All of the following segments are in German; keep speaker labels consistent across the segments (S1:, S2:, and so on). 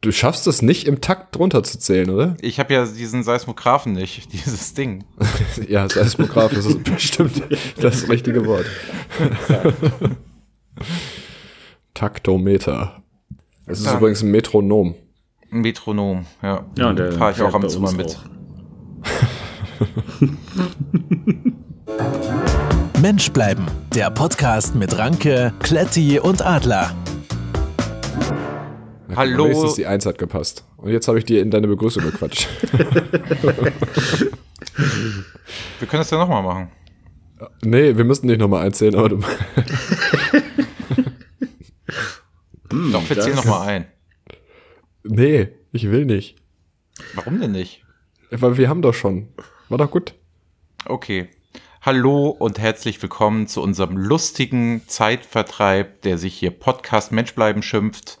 S1: du schaffst es nicht, im Takt drunter zu zählen, oder?
S2: Ich habe ja diesen Seismographen nicht, dieses Ding.
S1: ja, Seismograph das ist bestimmt das richtige Wort. Taktometer. Das ist
S2: Dann-
S1: übrigens ein Metronom.
S2: Ein Metronom, ja.
S3: Ja,
S1: Hm,
S3: der
S2: Fahr ich auch ab
S3: fährt bei
S2: und zu
S3: uns
S2: mal mit.
S3: auch.
S4: Mensch bleiben, der Podcast mit Ranke, Kletti und Adler.
S1: Na, guck mal,
S2: Hallo.
S1: Wenigstens die Eins hat gepasst. Und jetzt habe ich dir in deine Begrüßung gequatscht.
S2: Wir können das ja nochmal machen.
S1: nee, wir müssen dich nochmal einzählen, aber du,
S2: Doch, wir
S3: Hm, das-
S2: zählen nochmal ein.
S1: nee, ich will nicht.
S2: Warum denn nicht?
S1: Weil wir haben doch schon. War doch gut.
S2: Okay. Hallo und herzlich willkommen zu unserem lustigen Zeitvertreib, der sich hier Podcast Mensch bleiben schimpft.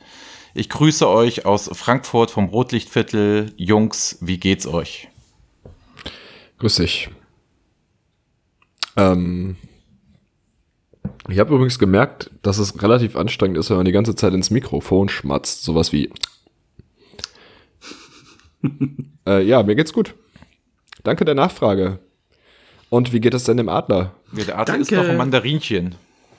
S2: Ich grüße euch aus Frankfurt vom Rotlichtviertel. Jungs, wie geht's euch?
S1: Grüß dich. Ähm, ich habe übrigens gemerkt, dass es relativ anstrengend ist, wenn man die ganze Zeit ins Mikrofon schmatzt. Sowas wie. äh, ja, mir geht's gut. Danke der Nachfrage. Und wie geht es denn dem Adler?
S2: Der Adler ist
S3: Danke.
S2: noch ein Mandarinchen.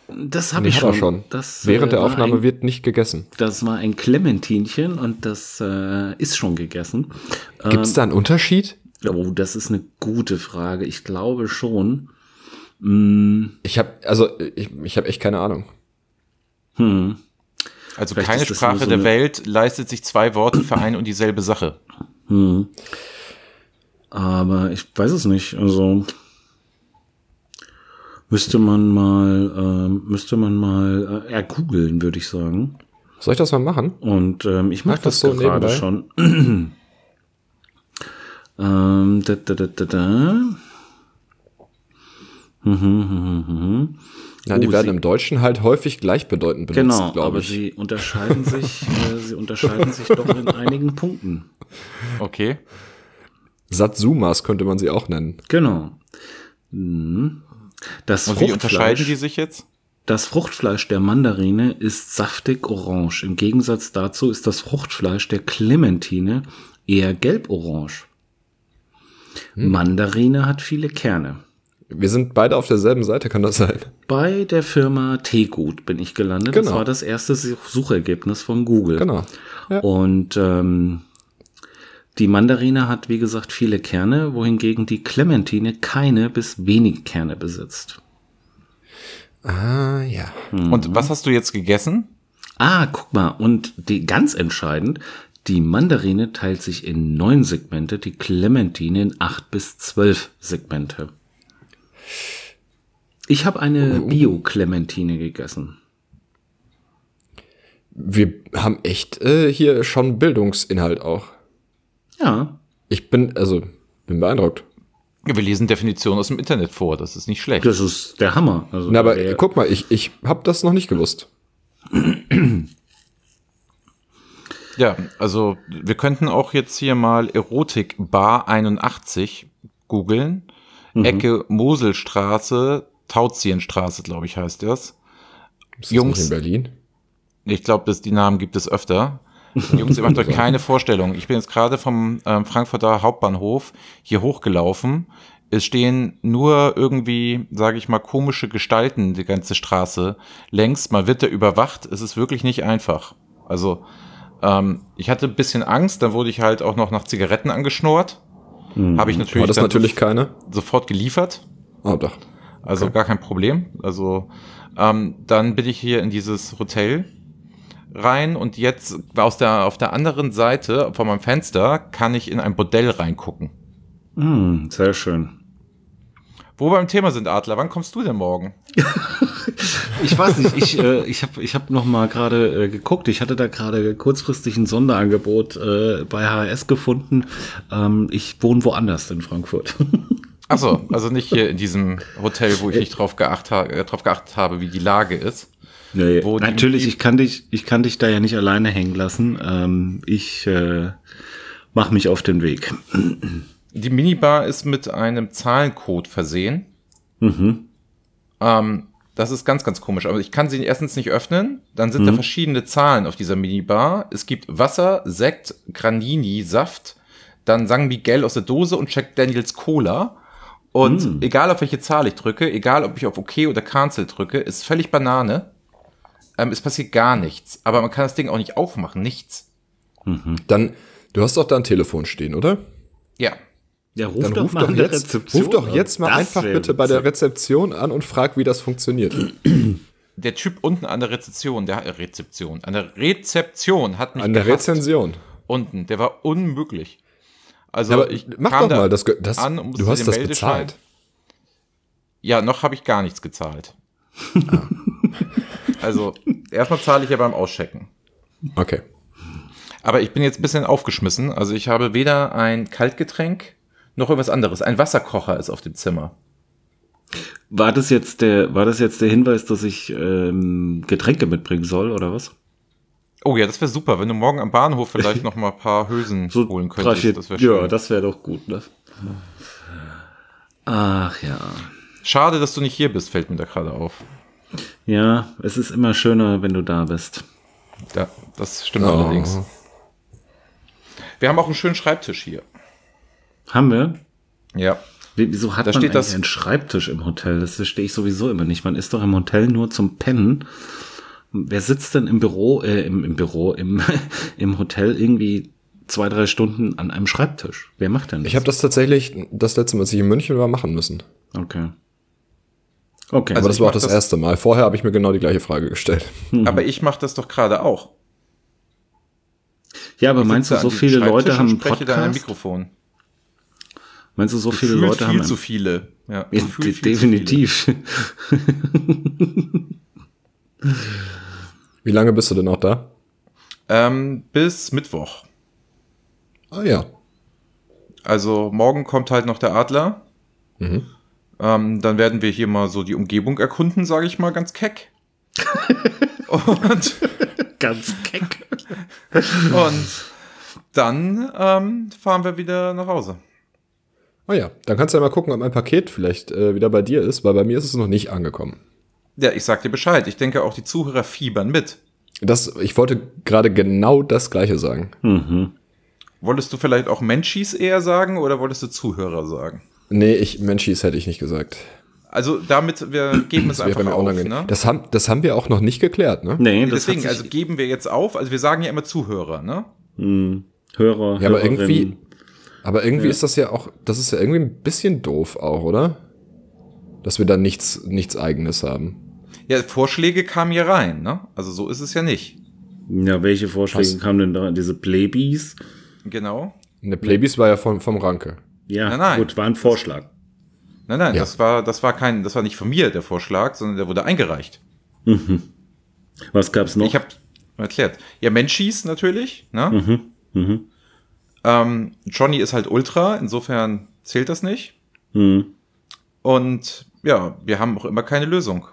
S3: Das habe
S1: Nee,
S3: ich
S1: hat er
S3: schon.
S1: schon.
S3: Ah, Das,
S1: Während
S3: äh,
S1: der
S3: war
S1: Aufnahme
S3: ein,
S1: wird nicht gegessen.
S3: Das war ein Clementinchen und das äh, ist schon gegessen. Ähm,
S1: Gibt's da einen Unterschied?
S3: Oh, das ist eine gute Frage. Ich glaube schon. Hm,
S1: Ich habe also ich, ich habe echt keine Ahnung.
S2: Also
S3: Vielleicht
S2: keine
S3: ist das nur
S2: Sprache
S3: so
S2: der
S3: eine-
S2: Welt leistet sich zwei Worte für ein und dieselbe Sache.
S3: Aber ich weiß es nicht. Also müsste man mal, ähm, müsste man mal äh, ergoogeln, würde ich sagen.
S1: Soll ich das mal machen?
S3: Und ähm, ich
S1: Mach
S3: mache
S1: das
S3: das,
S1: so
S3: gerade
S1: nebenbei.
S3: schon. ähm, da, da, da, da, da.
S1: Na, die
S3: Oh,
S1: werden
S3: sie-
S1: im Deutschen halt häufig gleichbedeutend benutzt,
S3: Genau,
S1: glaube
S3: aber
S1: ich.
S3: sie unterscheiden sich, äh, sie unterscheiden sich doch in einigen Punkten.
S2: Okay.
S1: Satsumas könnte man sie auch nennen.
S3: Genau. Mhm. Das
S2: Und wie unterscheiden die
S3: Fruchtfleisch,
S2: sich jetzt?
S3: das Fruchtfleisch der Mandarine ist saftig orange. Im Gegensatz dazu ist das Fruchtfleisch der Clementine eher gelb-orange.
S2: Hm.
S3: Mandarine hat viele Kerne.
S1: Wir sind beide auf derselben Seite, kann das sein?
S3: Bei der Firma Teegut bin ich gelandet. Das
S1: Genau.
S3: war das erste Such- Suchergebnis von Google.
S1: Genau. Ja.
S3: Und ähm, die Mandarine hat, wie gesagt, viele Kerne, wohingegen die Clementine keine bis wenig Kerne besitzt.
S1: Ah, ja.
S2: Und was hast du jetzt gegessen?
S3: Ah, guck mal. Und die, ganz entscheidend, die Mandarine teilt sich in neun Segmente, die Clementine in acht bis zwölf Segmente. Ich habe eine
S1: Oh.
S3: Bio-Clementine gegessen.
S1: Wir haben echt äh, hier schon Bildungsinhalt auch.
S3: Ja,
S1: Ich bin, also, bin beeindruckt.
S2: Wir lesen Definitionen aus dem Internet vor, das ist nicht schlecht.
S3: das ist der Hammer. Also
S1: Na, aber
S3: der,
S1: guck mal, ich, ich habe das noch nicht gewusst.
S2: Ja, also wir könnten auch jetzt hier mal Erotik Bar 81 googeln. Ecke Moselstraße, Tauzienstraße, glaube ich, heißt das.
S1: Ist das
S2: Jungs.
S1: nicht in Berlin.
S2: Ich glaube, die Namen gibt es öfter. Jungs, ihr macht euch keine Vorstellung. Ich bin jetzt gerade vom ähm, Frankfurter Hauptbahnhof hier hochgelaufen. Es stehen nur irgendwie, sage ich mal, komische Gestalten die ganze Straße längs. Man wird da überwacht. Es ist wirklich nicht einfach. Also ähm, ich hatte ein bisschen Angst. Dann wurde ich halt auch noch nach Zigaretten angeschnurrt. Habe
S3: Mm,
S1: War
S2: ich natürlich,
S1: Mhm. Oh, das
S2: dann
S1: natürlich keine?
S2: sofort geliefert.
S1: Ah, doch.
S2: Also gar kein Problem. Also ähm, dann bin ich hier in dieses Hotel rein und jetzt aus der, auf der anderen Seite von meinem Fenster kann ich in ein Bordell reingucken.
S3: Mm, sehr schön.
S2: Wo wir beim Thema sind, Adler, wann kommst du denn morgen?
S3: Ich weiß nicht, ich, äh, ich habe ich hab noch mal gerade äh, geguckt. Ich hatte da gerade kurzfristig ein Sonderangebot äh, bei HRS gefunden. Ähm, ich wohne woanders in Frankfurt.
S2: Achso, also nicht hier in diesem Hotel, wo ich nicht drauf, geacht ha äh, drauf geachtet habe, wie die Lage ist.
S3: Nee,
S2: Wo die-
S3: Natürlich,
S2: die-
S3: ich kann, dich, ich kann dich da ja nicht alleine hängen lassen. Ähm, ich äh, mache mich auf den Weg.
S2: Die Minibar ist mit einem Zahlencode versehen. Ähm, Das ist ganz, ganz komisch. Aber ich kann sie erstens nicht öffnen. Dann sind da verschiedene Zahlen auf dieser Minibar. Es gibt Wasser, Sekt, Granini, Saft. Dann sang Miguel aus der Dose und checkt Daniels Cola. Und egal auf welche Zahl ich drücke, egal ob ich auf OK oder Cancel drücke, ist völlig Banane. Ähm, es passiert gar nichts. Aber man kann das Ding auch nicht aufmachen. Nichts.
S1: Dann, du hast doch da ein Telefon stehen, oder?
S2: Ja.
S3: Ja, ruf
S1: Dann
S3: doch
S1: ruf
S3: mal
S1: doch,
S3: an der
S1: jetzt,
S3: Rezeption.
S1: ruf doch
S3: an.
S1: jetzt mal
S3: Das
S1: einfach
S3: wär
S1: bitte bei der
S3: witzig.
S1: Rezeption an und frag, wie das funktioniert.
S2: Der Typ unten an der Rezeption, der äh, Rezeption, an der Rezeption hat mich
S1: An der
S2: gehasst.
S1: Rezension.
S2: unten. Der war unmöglich. Also
S1: Ja, aber
S2: ich
S1: mach
S2: kam
S1: doch
S2: da
S1: mal, das, gehört- das,
S2: an, um
S1: du
S2: zu
S1: hast
S2: dem
S1: das
S2: Meldeschein-
S1: bezahlt.
S2: Ja, noch habe ich gar nichts gezahlt.
S1: Ah.
S2: also erstmal zahle ich ja beim Auschecken.
S1: Okay.
S2: Aber ich bin jetzt ein bisschen aufgeschmissen. Also ich habe weder ein Kaltgetränk noch irgendwas anderes. Ein Wasserkocher ist auf dem Zimmer.
S3: War das jetzt der, war das jetzt der Hinweis, dass ich ähm, Getränke mitbringen soll oder was?
S2: Oh ja, das wäre super, wenn du morgen am Bahnhof vielleicht noch mal ein paar Hülsen holen könntest.
S3: drei, vier-
S2: das wäre schön.
S3: ja, das wäre doch gut, ne? Ach ja.
S2: Schade, dass du nicht hier bist, fällt mir da gerade auf.
S3: Ja, es ist immer schöner, wenn du da bist.
S2: Ja, das stimmt
S1: Oh.
S2: allerdings. Wir haben auch einen schönen Schreibtisch hier.
S3: Haben wir?
S2: Ja.
S3: Wie- Wieso hat
S2: Da
S3: man
S2: steht
S3: eigentlich
S2: das-
S3: einen Schreibtisch im Hotel? Das verstehe ich sowieso immer nicht. Man ist doch im Hotel nur zum Pennen. Wer sitzt denn im Büro, äh, im, im Büro, im, im Hotel irgendwie zwei, drei Stunden an einem Schreibtisch? Wer macht denn das?
S1: Ich habe das tatsächlich das letzte Mal, als ich in München war, machen müssen.
S3: Okay. Okay.
S1: Aber
S2: Also
S1: das
S2: ich
S1: war auch
S2: mach
S1: das,
S2: das-
S1: erste Mal. Vorher habe ich mir genau die gleiche Frage gestellt.
S2: Aber ich mache das doch gerade auch.
S3: ja, aber
S2: Ich
S3: meinst
S2: sitze
S3: du,
S2: an
S3: so
S2: diesem
S3: viele
S2: Schreibtisch
S3: Leute
S2: und
S3: haben einen
S2: spreche da in ein
S3: Podcast?
S2: Mikrofon.
S3: Meinst du, so viele
S2: Gefühlt
S3: Leute
S2: viel
S3: haben
S2: zu
S3: einen-
S2: viele. Ja,
S3: Ja,
S2: gefühlt viel
S3: de-
S2: zu
S3: definitiv.
S1: Wie lange bist du denn auch da?
S2: viele. Ähm, bis Mittwoch.
S1: Ah ja.
S2: Also morgen kommt halt noch der Adler.
S1: Mhm.
S2: Ähm, dann werden wir hier mal so die Umgebung erkunden, sage ich mal ganz keck. und,
S3: Ganz keck.
S2: und dann ähm, fahren wir wieder nach Hause.
S1: Ah ja. Dann kannst du ja mal gucken, ob mein Paket vielleicht äh, wieder bei dir ist, weil bei mir ist es noch nicht angekommen.
S2: Ja, ich sag dir Bescheid. Ich denke auch die Zuhörer fiebern mit.
S1: Das, ich wollte gerade genau das Gleiche sagen.
S2: Wolltest du vielleicht auch Menschies eher sagen oder wolltest du Zuhörer sagen?
S1: Nee, ich, Menschies hätte ich nicht gesagt.
S2: Also damit wir geben es
S1: Das wäre
S2: einfach
S1: mir
S2: auf.
S1: unangenehm.
S2: Ne?
S1: Das, haben, das haben wir auch noch nicht geklärt, ne?
S3: Nee, das
S2: Deswegen,
S3: hat
S2: also
S3: sich,
S2: geben wir jetzt auf. Also wir sagen ja immer Zuhörer, ne?
S3: Hörer,
S1: Ja, aber
S3: Hörerinnen.
S1: irgendwie, aber irgendwie ist das ja auch, das ist ja irgendwie ein bisschen doof auch, oder? Dass wir da nichts, nichts eigenes haben.
S2: Ja, Vorschläge kamen hier rein, ne? Also so ist es ja nicht.
S3: Ja, welche Vorschläge
S1: Was?
S3: kamen denn da? Diese Plebis?
S2: Genau.
S1: Eine Playbies war ja vom, vom Ranke.
S3: Ja,
S2: Nein, nein.
S3: gut, war ein Vorschlag.
S2: Nein, nein,
S1: Ja.
S2: das war, das war kein, das war nicht von mir der Vorschlag, sondern der wurde eingereicht.
S3: Was gab's noch?
S2: Ich habe erklärt. Ja, Menschies natürlich, ne?
S1: Mhm,
S2: Ähm, Johnny ist halt Ultra, insofern zählt das nicht.
S1: Mhm.
S3: hm.
S2: Und ja, wir haben auch immer keine Lösung.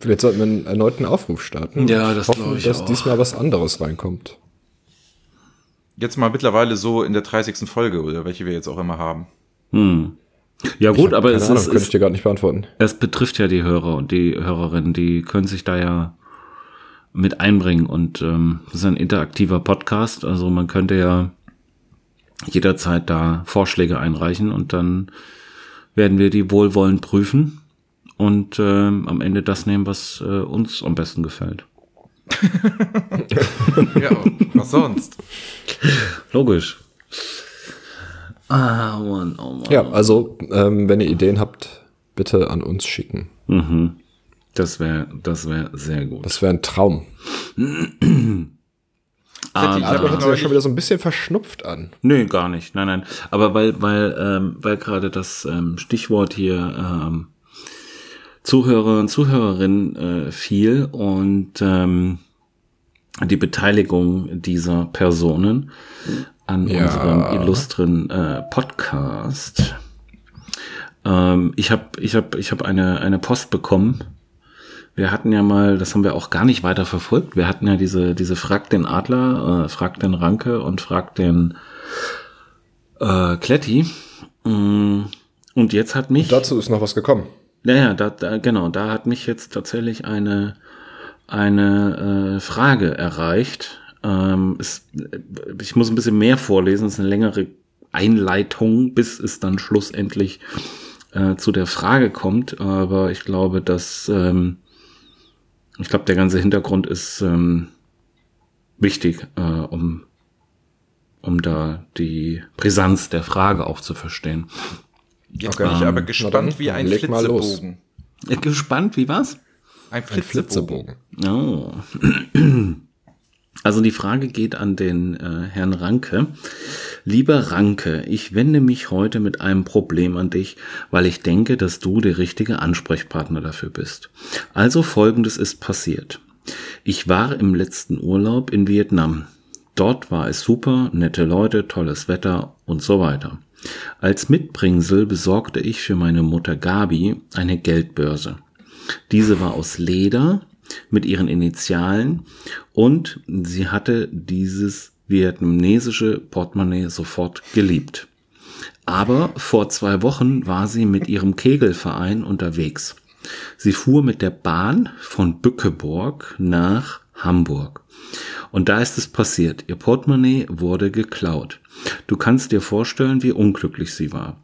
S1: Vielleicht sollten wir einen erneuten Aufruf starten.
S3: Ja, das
S1: Hoffen,
S3: glaub ich
S1: dass
S3: auch.
S1: diesmal was anderes reinkommt.
S2: Jetzt mal mittlerweile so in der 30. Folge oder welche wir jetzt auch immer haben.
S3: Ja
S1: Ich
S3: gut,
S1: hab
S3: aber
S1: keine
S3: es,
S1: Ahnung,
S3: ist,
S1: könnte ich
S3: es,
S1: dir gar nicht beantworten.
S3: es betrifft ja die Hörer und die Hörerinnen, die können sich da ja mit einbringen und ähm, das ist ein interaktiver Podcast, also man könnte ja jederzeit da Vorschläge einreichen und dann werden wir die wohlwollend prüfen und ähm, am Ende das nehmen, was äh, uns am besten gefällt.
S2: Ja, was sonst?
S3: Logisch. Ah, Mann, oh Mann.
S1: Ja, also, ähm, wenn ihr Ideen habt, bitte an uns schicken.
S3: Das wäre das wär sehr gut.
S1: Das wäre ein Traum.
S2: Ah,
S1: Aber hört sich ja schon wieder so ein bisschen verschnupft an.
S3: Nö, gar nicht. Nein, nein. Aber weil, weil, ähm, weil gerade das ähm, Stichwort hier ähm, Zuhörer und Zuhörerinnen äh, fiel und ähm, die Beteiligung dieser Personen an
S1: Ja.
S3: unserem illustren äh, Podcast. Ähm, ich habe ich hab, ich hab eine, eine Post bekommen. Wir hatten ja mal, das haben wir auch gar nicht weiter verfolgt. Wir hatten ja diese, diese Frag den Adler, äh, Frag den Ranke und Frag den äh, Kletti. Mm, Und jetzt hat mich.
S1: Dazu ist noch was gekommen.
S3: Naja, da, da, genau, da hat mich jetzt tatsächlich eine, eine äh, Frage erreicht. Ähm, es, ich muss ein bisschen mehr vorlesen, es ist eine längere Einleitung, bis es dann schlussendlich äh, zu der Frage kommt. Aber ich glaube, dass ähm, ich glaube, der ganze Hintergrund ist ähm, wichtig, äh, um, um da die Brisanz der Frage auch zu verstehen.
S2: Jetzt bin ich aber gespannt wie ein
S1: leg mal los.
S2: Flitzebogen.
S3: Äh, Gespannt, wie war's?
S2: Ein
S1: Ein Flitzebogen.
S3: Oh. Also die Frage geht an den äh, Herrn Ranke. Lieber Ranke, ich wende mich heute mit einem Problem an dich, weil ich denke, dass du der richtige Ansprechpartner dafür bist. Also folgendes ist passiert. Ich war im letzten Urlaub in Vietnam. Dort war es super, nette Leute, tolles Wetter und so weiter. Als Mitbringsel besorgte ich für meine Mutter Gabi eine Geldbörse. Diese war aus Leder mit ihren Initialen und sie hatte dieses vietnamesische Portemonnaie sofort geliebt. Aber vor zwei Wochen war sie mit ihrem Kegelverein unterwegs. Sie fuhr mit der Bahn von Bückeborg nach Hamburg. Und da ist es passiert. Ihr Portemonnaie wurde geklaut. Du kannst dir vorstellen, wie unglücklich sie war.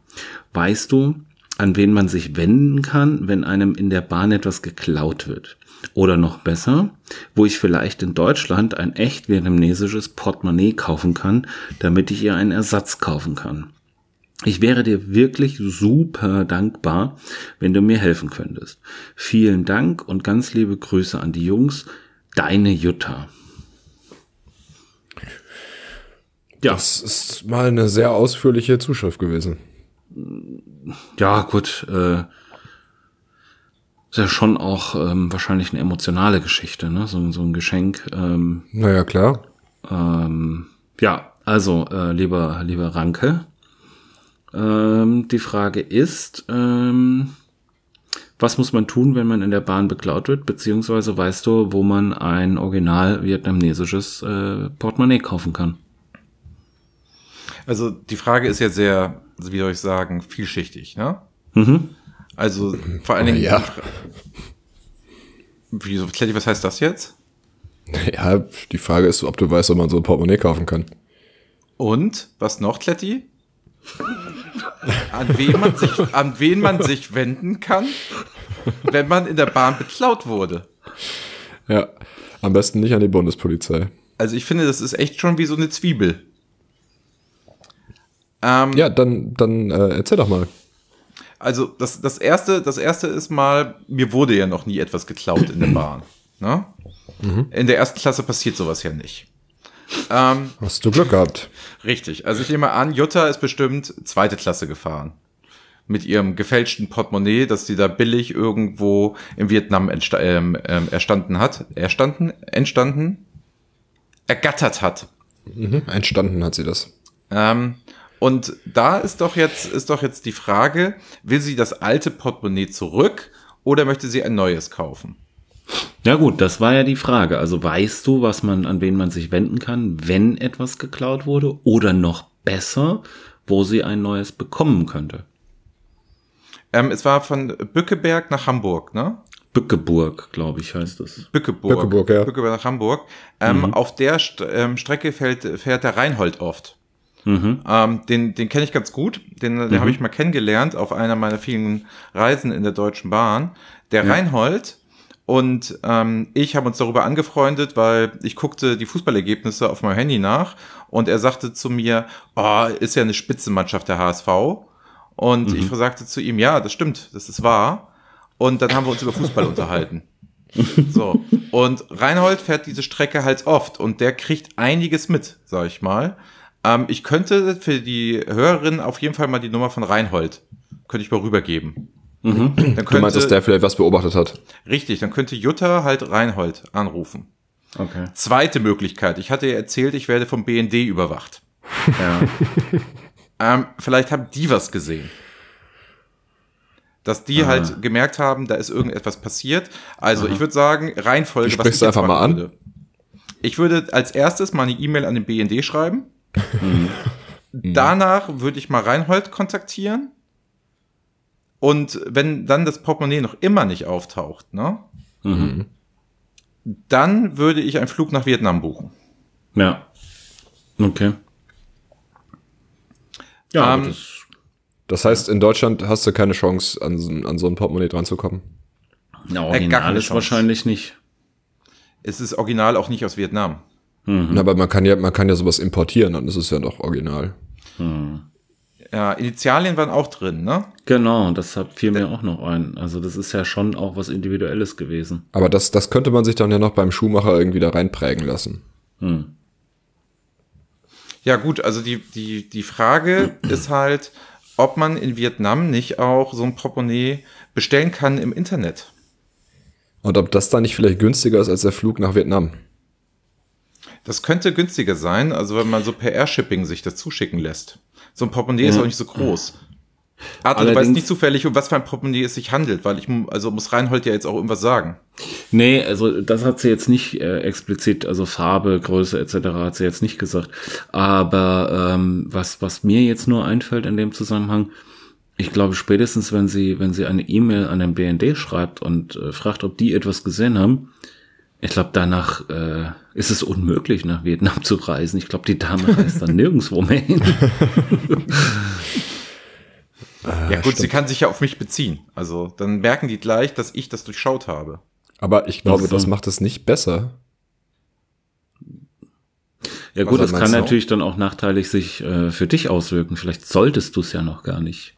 S3: Weißt du, an wen man sich wenden kann, wenn einem in der Bahn etwas geklaut wird? Oder noch besser, wo ich vielleicht in Deutschland ein echt vietnamesisches Portemonnaie kaufen kann, damit ich ihr einen Ersatz kaufen kann. Ich wäre dir wirklich super dankbar, wenn du mir helfen könntest. Vielen Dank und ganz liebe Grüße an die Jungs. Deine Jutta.
S1: Ja. Das ist mal eine sehr ausführliche Zuschrift gewesen.
S3: Ja, gut. Äh, ist ja schon auch ähm, wahrscheinlich eine emotionale Geschichte, ne? So, so ein Geschenk. Ähm,
S1: Naja, klar.
S3: Ähm, ja, also, äh, lieber, lieber Ranke, ähm, die Frage ist, ähm, was muss man tun, wenn man in der Bahn beklaut wird, beziehungsweise weißt du, wo man ein original vietnamesisches äh, Portemonnaie kaufen kann?
S2: Also die Frage ist ja sehr, wie soll ich sagen, vielschichtig, ne? Also vor allen Dingen.
S1: Ja.
S2: Wieso, Kletti, was heißt das jetzt?
S1: Ja, die Frage ist, ob du weißt, ob man so ein Portemonnaie kaufen kann.
S2: Und was noch, Kletti? An wen, man sich, an wen man sich wenden kann, wenn man in der Bahn beklaut wurde.
S1: Ja. Am besten nicht an die Bundespolizei.
S2: Also ich finde, das ist echt schon wie so eine Zwiebel. Ähm,
S1: Ja, dann, dann äh, erzähl doch mal.
S2: Also das, das, erste, das erste ist mal, mir wurde ja noch nie etwas geklaut in der Bahn. Ne? In der ersten Klasse passiert sowas ja nicht. Ähm,
S1: Hast du Glück gehabt?
S2: Richtig. Also ich nehme an, Jutta ist bestimmt zweite Klasse gefahren. Mit ihrem gefälschten Portemonnaie, das sie da billig irgendwo im Vietnam entsta ähm, ähm, erstanden hat. Erstanden? Entstanden? Ergattert hat.
S1: Mhm. Entstanden hat sie das.
S2: Ähm, und da ist doch jetzt, ist doch jetzt die Frage, will sie das alte Portemonnaie zurück oder möchte sie ein neues kaufen?
S3: Ja gut, das war ja die Frage. Also weißt du, was man, an wen man sich wenden kann, wenn etwas geklaut wurde? Oder noch besser, wo sie ein neues bekommen könnte?
S2: Ähm, es war von Bückeberg nach Hamburg, ne?
S3: Bückeburg, glaube ich, heißt es.
S2: Bückeburg.
S1: Bückeburg, ja. Mhm.
S2: Bückeburg nach Hamburg. Ähm, Auf der St ähm, Strecke fällt, fährt der Reinhold oft.
S1: Mhm.
S2: Ähm, den den kenne ich ganz gut. Den, den habe ich mal kennengelernt auf einer meiner vielen Reisen in der Deutschen Bahn. Der Reinhold und ähm, ich haben uns darüber angefreundet, weil ich guckte die Fußballergebnisse auf meinem Handy nach und er sagte zu mir, oh, ist ja eine Spitzenmannschaft der HSV. Und ich
S1: Mhm.
S2: sagte zu ihm, ja, das stimmt, das ist wahr. Und dann haben wir uns über Fußball unterhalten. So. Und Reinhold fährt diese Strecke halt oft und der kriegt einiges mit, sag ich mal. Ähm, ich könnte für die Hörerin auf jeden Fall mal die Nummer von Reinhold. Könnte ich mal rübergeben. Dann könnte,
S1: Mhm. Du meinst, dass der vielleicht was beobachtet hat?
S2: richtig, dann könnte Jutta halt Reinhold anrufen.
S3: Okay.
S2: Zweite Möglichkeit. Ich hatte ja erzählt, ich werde vom BND überwacht.
S3: Ja.
S2: Ähm, vielleicht haben die was gesehen. Dass
S1: Ah.
S2: die halt gemerkt haben, da ist irgendetwas passiert. Also ich würde sagen, Reihenfolge.
S1: Du sprichst
S2: ich
S1: einfach
S2: jetzt
S1: mal
S2: machen
S1: an.
S2: Würde. Ich würde als erstes mal eine E-Mail an den BND schreiben.
S1: Mhm.
S2: Danach würde ich mal Reinhold kontaktieren. Und wenn dann das Portemonnaie noch immer nicht auftaucht, ne?
S1: Mhm.
S2: Dann würde ich einen Flug nach Vietnam buchen.
S3: Ja. Okay. Ja,
S2: Ähm,
S3: gut, das,
S1: Das heißt, in Deutschland hast du keine Chance, an, so- an so ein Portemonnaie dranzukommen.
S3: na,
S2: gar keine
S3: original ist
S2: Chance.
S3: wahrscheinlich nicht.
S2: Es ist original auch nicht aus Vietnam.
S1: Na, Aber man kann ja, man kann ja sowas importieren, dann ist es ja noch original.
S2: Ja, Initialien waren auch drin, ne?
S3: Genau, deshalb fiel mir auch noch ein. Also das ist ja schon auch was Individuelles gewesen.
S1: Aber das, das könnte man sich dann ja noch beim Schuhmacher irgendwie da reinprägen lassen.
S2: Ja, gut, also die, die, die Frage ist halt, ob man in Vietnam nicht auch so ein Portemonnaie bestellen kann im Internet.
S1: Und ob das dann nicht vielleicht günstiger ist als der Flug nach Vietnam.
S2: Das könnte günstiger sein, also wenn man so per Airshipping sich das zuschicken lässt. So ein Portemonnaie ist auch nicht so groß. Arthur, du weißt
S3: Mhm. Allerdings-
S2: nicht zufällig, um was für ein Portemonnaie es sich handelt, weil ich, mu- also muss Reinhold ja jetzt auch irgendwas sagen.
S3: Nee, also das hat sie jetzt nicht äh, explizit, also Farbe, Größe etc. hat sie jetzt nicht gesagt. Aber ähm, was, was mir jetzt nur einfällt in dem Zusammenhang, ich glaube spätestens, wenn sie, wenn sie eine E-Mail an den BND schreibt und äh, fragt, ob die etwas gesehen haben, ich glaube, danach äh, ist es unmöglich, nach Vietnam zu reisen. Ich glaube, die Dame reist dann nirgendwo mehr hin. Ah,
S2: ja, gut, sie kann sich ja auf mich beziehen. Also dann merken die gleich, dass ich das durchschaut habe.
S1: Aber ich glaube,
S3: Ach so.
S1: das macht es nicht besser.
S3: Ja gut,
S1: Also
S3: das kann
S1: meinst du auch?
S3: natürlich dann auch nachteilig sich äh, für dich auswirken. Vielleicht solltest du es ja noch gar nicht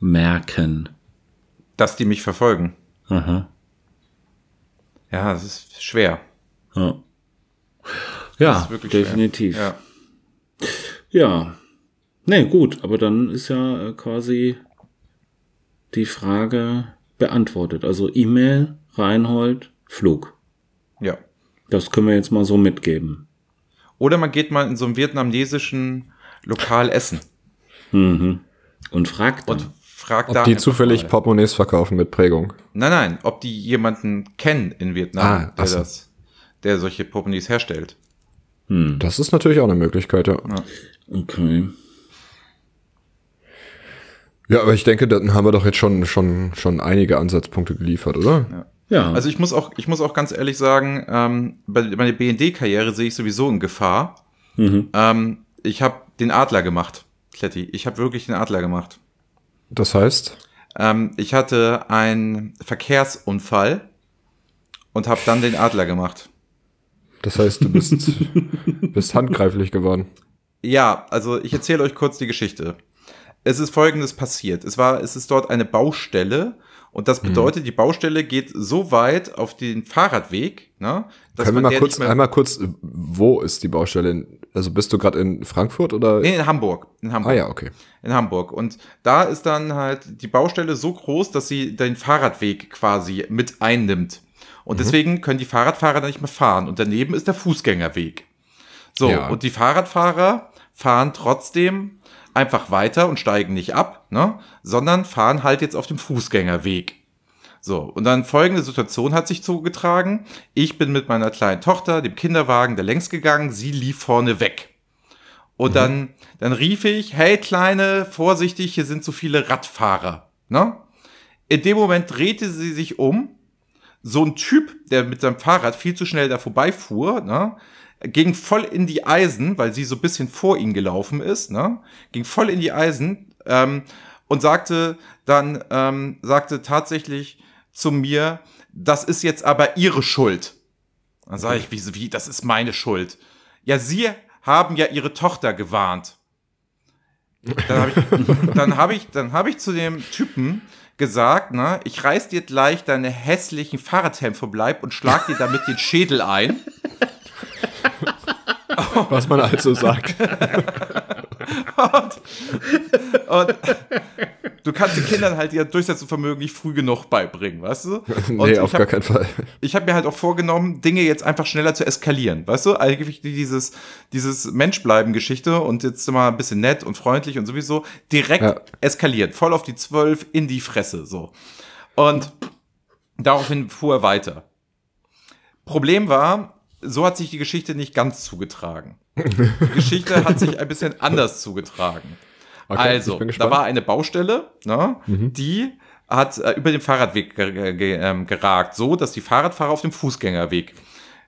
S3: merken.
S2: dass die mich verfolgen.
S3: Aha.
S2: Ja, das ist schwer.
S3: Ja,
S2: Das
S3: ja
S2: ist wirklich
S3: definitiv.
S2: Schwer. Ja.
S3: Ja. Nee, gut, aber dann ist ja äh, quasi die Frage beantwortet. Also E-Mail, Reinhold, Flug.
S2: ja.
S3: Das können wir jetzt mal so mitgeben.
S2: Oder man geht mal in so einem vietnamesischen Lokal essen
S3: Und fragt dann.
S2: und fragt
S1: Ob
S2: da.
S1: die
S2: einfach
S1: zufällig
S2: mal.
S1: Portemonnaies verkaufen mit Prägung.
S2: Nein, nein, ob die jemanden kennen in Vietnam,
S1: Ah, ach
S2: der
S1: so.
S2: das, der solche Portemonnaies herstellt.
S1: Das ist natürlich auch eine Möglichkeit, ja.
S3: okay.
S1: Ja, aber ich denke, dann haben wir doch jetzt schon, schon, schon einige Ansatzpunkte geliefert, oder? Ah.
S3: Ja.
S2: Also ich muss auch, ich muss auch ganz ehrlich sagen, ähm, bei- meine BND-Karriere sehe ich sowieso in Gefahr.
S1: Mhm.
S2: Ähm, ich habe den Adler gemacht, Kletti. Ich habe wirklich den Adler gemacht.
S1: Das heißt,
S2: Ähm, ich hatte einen Verkehrsunfall und habe dann den Adler gemacht.
S1: das heißt, du bist, bist handgreiflich geworden.
S2: Ja, also ich erzähle euch kurz die Geschichte. Es ist folgendes passiert. Es war, es ist dort eine Baustelle und das
S1: Mhm.
S2: bedeutet, die Baustelle geht so weit auf den Fahrradweg, ne, dass
S1: Können wir mal
S2: der
S1: kurz,
S2: nicht mehr-
S1: einmal kurz, wo ist die Baustelle? Also bist du gerade in Frankfurt oder?
S2: Nee, in Hamburg. In Hamburg.
S1: Ah ja, okay.
S2: in Hamburg. Und da ist dann halt die Baustelle so groß, dass sie den Fahrradweg quasi mit einnimmt. Und deswegen können die Fahrradfahrer da nicht mehr fahren. Und daneben ist der Fußgängerweg. So,
S1: Ja.
S2: und die Fahrradfahrer fahren trotzdem einfach weiter und steigen nicht ab, ne? sondern fahren halt jetzt auf dem Fußgängerweg. So, und dann folgende Situation hat sich zugetragen. Ich bin mit meiner kleinen Tochter, dem Kinderwagen, da längs gegangen. Sie lief vorne weg. Und dann, dann rief ich, hey Kleine, vorsichtig, hier sind so viele Radfahrer. Ne? In dem Moment drehte sie sich um. So ein Typ, der mit seinem Fahrrad viel zu schnell da vorbeifuhr, ne? ging voll in die Eisen, weil sie so ein bisschen vor ihn gelaufen ist, ne? ging voll in die Eisen ähm, und sagte dann, ähm, sagte tatsächlich zu mir, das ist jetzt aber ihre Schuld. Dann sage ich, wie, wie, das ist meine Schuld. Ja, sie haben ja ihre Tochter gewarnt. Dann habe ich, dann hab ich, dann hab ich zu dem Typen gesagt, ne, ich reiß dir gleich deine hässlichen Fahrradhelm vom Leib und schlag dir damit den Schädel ein.
S1: Was man also sagt.
S2: Und du kannst den Kindern halt ihr Durchsetzungsvermögen nicht früh genug beibringen, weißt du? Und
S1: nee, auf
S2: ich hab-
S1: gar keinen Fall.
S2: ich habe mir halt auch vorgenommen, Dinge jetzt einfach schneller zu eskalieren. Weißt du, eigentlich dieses, dieses Menschbleiben-Geschichte und jetzt mal ein bisschen nett und freundlich und sowieso direkt
S1: Ja.
S2: eskaliert. Voll auf die Zwölf in die Fresse, so. Und daraufhin fuhr er weiter. Problem war, so hat sich die Geschichte nicht ganz zugetragen. Die Geschichte hat sich ein bisschen anders zugetragen.
S1: Okay, ich
S2: also,
S1: bin
S2: da
S1: gespannt. Mhm.
S2: war eine Baustelle, ne, die hat äh, über den Fahrradweg ge ge ähm, geragt, so dass die Fahrradfahrer auf dem Fußgängerweg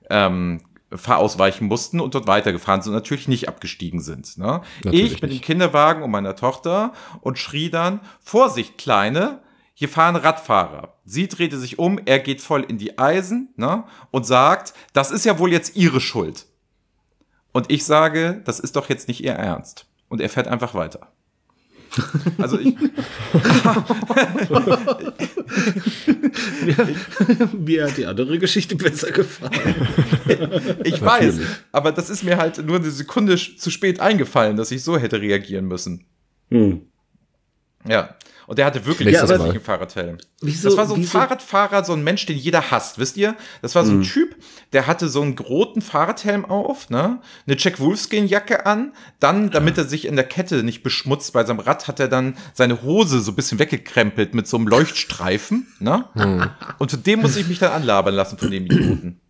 S2: ähm, fahrausweichen mussten und dort weitergefahren sind und natürlich nicht abgestiegen sind. Ne?
S1: Natürlich
S2: ich mit dem
S1: nicht.
S2: Kinderwagen und meiner Tochter und schrie dann, Vorsicht, Kleine, hier fahren Radfahrer. Sie drehte sich um, er geht voll in die Eisen ne? und sagt, das ist ja wohl jetzt ihre Schuld. Und ich sage, das ist doch jetzt nicht ihr Ernst. Und er fährt einfach weiter. Also ich,
S3: Mir hat die andere Geschichte besser gefallen.
S2: ich weiß, aber das ist mir halt nur eine Sekunde sch- zu spät eingefallen, dass ich so hätte reagieren müssen.
S3: Hm.
S2: Ja. Und der hatte wirklich
S1: Nächstes
S2: einen
S1: Mal.
S2: richtigen Fahrradhelm.
S3: Wieso-
S2: das war so ein
S3: wieso-
S2: Fahrradfahrer, so ein Mensch, den jeder hasst, wisst ihr? Das war so ein
S1: Mhm.
S2: Typ, der hatte so einen roten Fahrradhelm auf, ne? Eine Jack Wolfskin Jacke an, dann damit er sich in der Kette nicht beschmutzt bei seinem Rad hat er dann seine Hose so ein bisschen weggekrempelt mit so einem Leuchtstreifen, ne?
S1: Mhm.
S2: Und zu dem muss ich mich dann anlabern lassen von dem Idioten.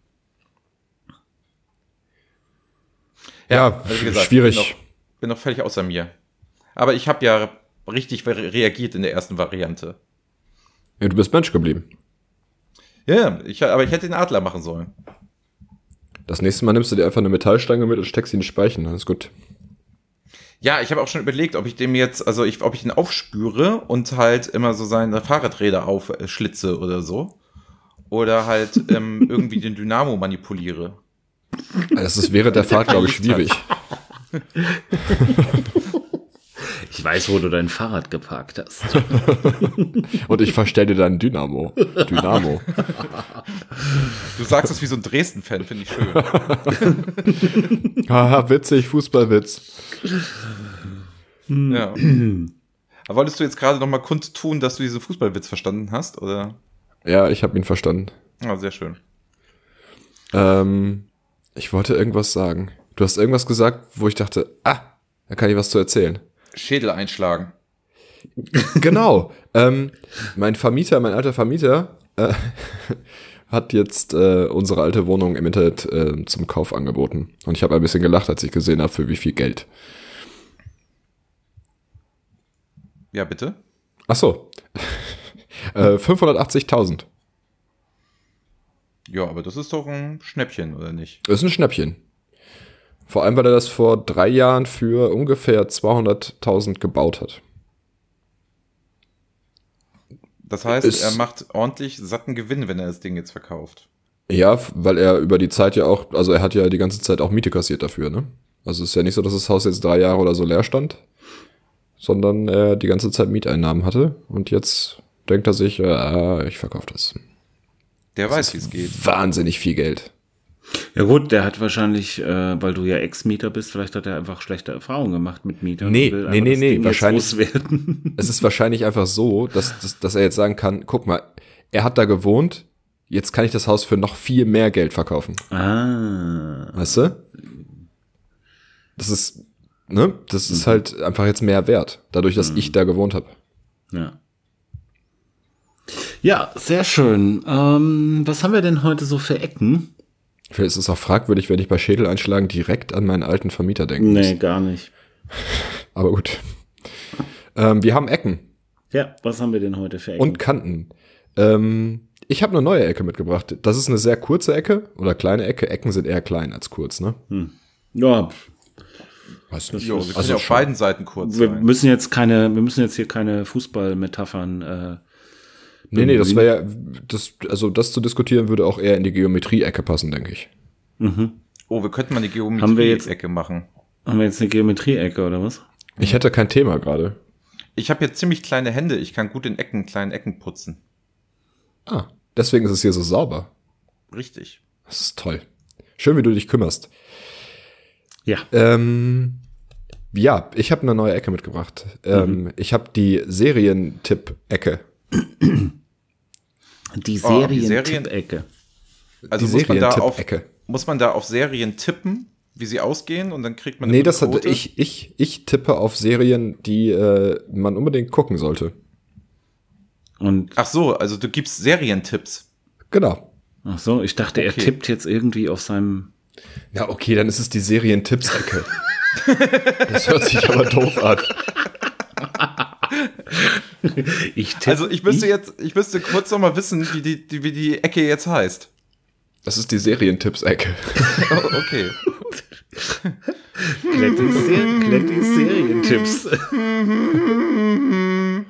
S1: Ja,
S2: also
S1: schwierig.
S2: Bin noch, bin noch völlig außer mir. Aber ich habe ja richtig re- reagiert in der ersten Variante.
S1: Ja, du bist Mensch geblieben.
S2: Ja, ich, aber ich hätte den Adler machen sollen.
S1: Das nächste Mal nimmst du dir einfach eine Metallstange mit und steckst sie in die Speichen, dann ist gut.
S2: Ja, ich habe auch schon überlegt, ob ich dem jetzt, also ich, ob ich den aufspüre und halt immer so seine Fahrradräder aufschlitze oder so. Oder halt ähm, irgendwie den Dynamo manipuliere.
S1: Das ist während der Fahrt, glaube ich, schwierig.
S3: Ich weiß, wo du dein Fahrrad geparkt hast.
S1: Und ich verstell dir dann Dynamo. Dynamo.
S2: Du sagst das wie so ein Dresden-Fan, finde ich schön.
S1: Haha, witzig, Fußballwitz.
S2: Ja. Aber wolltest du jetzt gerade noch mal kundtun, dass du diesen Fußballwitz verstanden hast? Oder?
S1: Ja, ich habe ihn verstanden.
S2: Ja, sehr schön.
S1: Ähm, ich wollte irgendwas sagen. Du hast irgendwas gesagt, wo ich dachte, ah, da kann ich was zu erzählen.
S2: Schädel einschlagen.
S1: genau. Ähm, mein Vermieter, mein alter Vermieter, äh, hat jetzt äh, unsere alte Wohnung im Internet äh, zum Kauf angeboten. Und ich habe ein bisschen gelacht, als ich gesehen habe, für wie viel Geld.
S2: Ja, bitte.
S1: Ach so. äh, 580.000.
S2: Ja, aber das ist doch ein Schnäppchen, oder nicht?
S1: Ist ein Schnäppchen. Vor allem, weil er das vor drei Jahren für ungefähr 200.000 gebaut hat.
S2: Das heißt,
S1: Ist-
S2: er macht ordentlich satten Gewinn, wenn er das Ding jetzt verkauft.
S1: Ja, f- weil er über die Zeit ja auch, also er hat ja die ganze Zeit auch Miete kassiert dafür, ne? Also es ist ja nicht so, dass das Haus jetzt drei Jahre oder so leer stand, sondern er die ganze Zeit Mieteinnahmen hatte und jetzt denkt er sich, äh, ich verkaufe das.
S2: Der weiß, wie es geht.
S1: Wahnsinnig viel Geld.
S3: Ja gut, der hat wahrscheinlich, äh, weil du ja Ex-Mieter bist, vielleicht hat er einfach schlechte Erfahrungen gemacht mit Mietern.
S1: Nee,
S3: und will
S1: nee,
S3: einfach
S1: nee,
S3: das
S1: nee,
S3: Ding jetzt
S1: wahrscheinlich-
S3: loswerden.
S1: Es ist wahrscheinlich einfach so, dass, dass, dass er jetzt sagen kann, guck mal, er hat da gewohnt, jetzt kann ich das Haus für noch viel mehr Geld verkaufen.
S3: Ah,
S1: Weißt du? Das ist, ne? Das
S2: Mhm.
S1: ist halt einfach jetzt mehr wert, dadurch, dass ich da gewohnt habe.
S3: ja. Ja, sehr schön. Ähm, was haben wir denn heute so für Ecken?
S1: Vielleicht ist es auch fragwürdig, wenn ich bei Schädeleinschlagen direkt an meinen alten Vermieter denke.
S3: Nee, gar nicht.
S1: Aber gut. Ähm, wir haben Ecken
S3: Ja, was haben wir denn heute für Ecken?
S1: und Kanten. Ähm, ich habe eine neue Ecke mitgebracht. Das ist eine sehr kurze Ecke oder kleine Ecke. Ecken sind eher klein als kurz, ne?
S3: ja,
S1: Weißt du nicht.
S2: Jo, wir können
S1: Also
S2: ja auf
S1: schon.
S2: beiden Seiten kurz
S3: wir
S2: sein.
S3: müssen jetzt keine, wir müssen jetzt hier keine Fußballmetaphern. Äh,
S1: Nee, nee, das wäre ja, das, also das zu diskutieren würde auch eher in die Geometrie-Ecke passen, denke ich.
S2: Oh, wir könnten mal eine
S3: Haben wir jetzt-
S2: Geometrie-Ecke machen.
S3: haben wir jetzt eine Geometrie-Ecke oder was?
S1: Ich hätte kein Thema gerade.
S2: Ich habe jetzt ziemlich kleine Hände. Ich kann gut in Ecken, kleinen Ecken putzen.
S1: Ah, deswegen ist es hier so sauber.
S2: Richtig.
S1: Das ist toll. Schön, wie du dich kümmerst.
S3: Ja.
S1: Ähm, ja, ich habe eine neue Ecke mitgebracht. Ähm, Ich habe die Serientipp-Ecke.
S3: Die
S2: Oh, die Serien-
S3: Serien-Tipp-Ecke.
S2: Also
S1: Die
S2: muss man, da auf,
S1: Serientipp-Ecke.
S2: muss man da auf Serien tippen, wie sie ausgehen und dann kriegt man eine
S1: Nee,
S2: gute
S1: das hat,
S2: Quote?
S1: ich, ich, ich tippe auf Serien, die äh, man unbedingt gucken sollte.
S3: Und
S2: Ach so, also du gibst Serientipps.
S1: Genau.
S3: ach so, ich dachte, er
S2: Okay.
S3: tippt jetzt irgendwie auf seinem.
S1: Ja, okay, dann ist es die Serientipps-Ecke. das hört sich aber doof an.
S3: Ich tipp,
S2: Also ich müsste jetzt, ich müsste kurz noch mal wissen, wie die, die, wie die Ecke jetzt heißt.
S1: Das ist die Serientipps-Ecke.
S2: Oh, okay.
S3: Klettis Ser- Klettis Serientipps.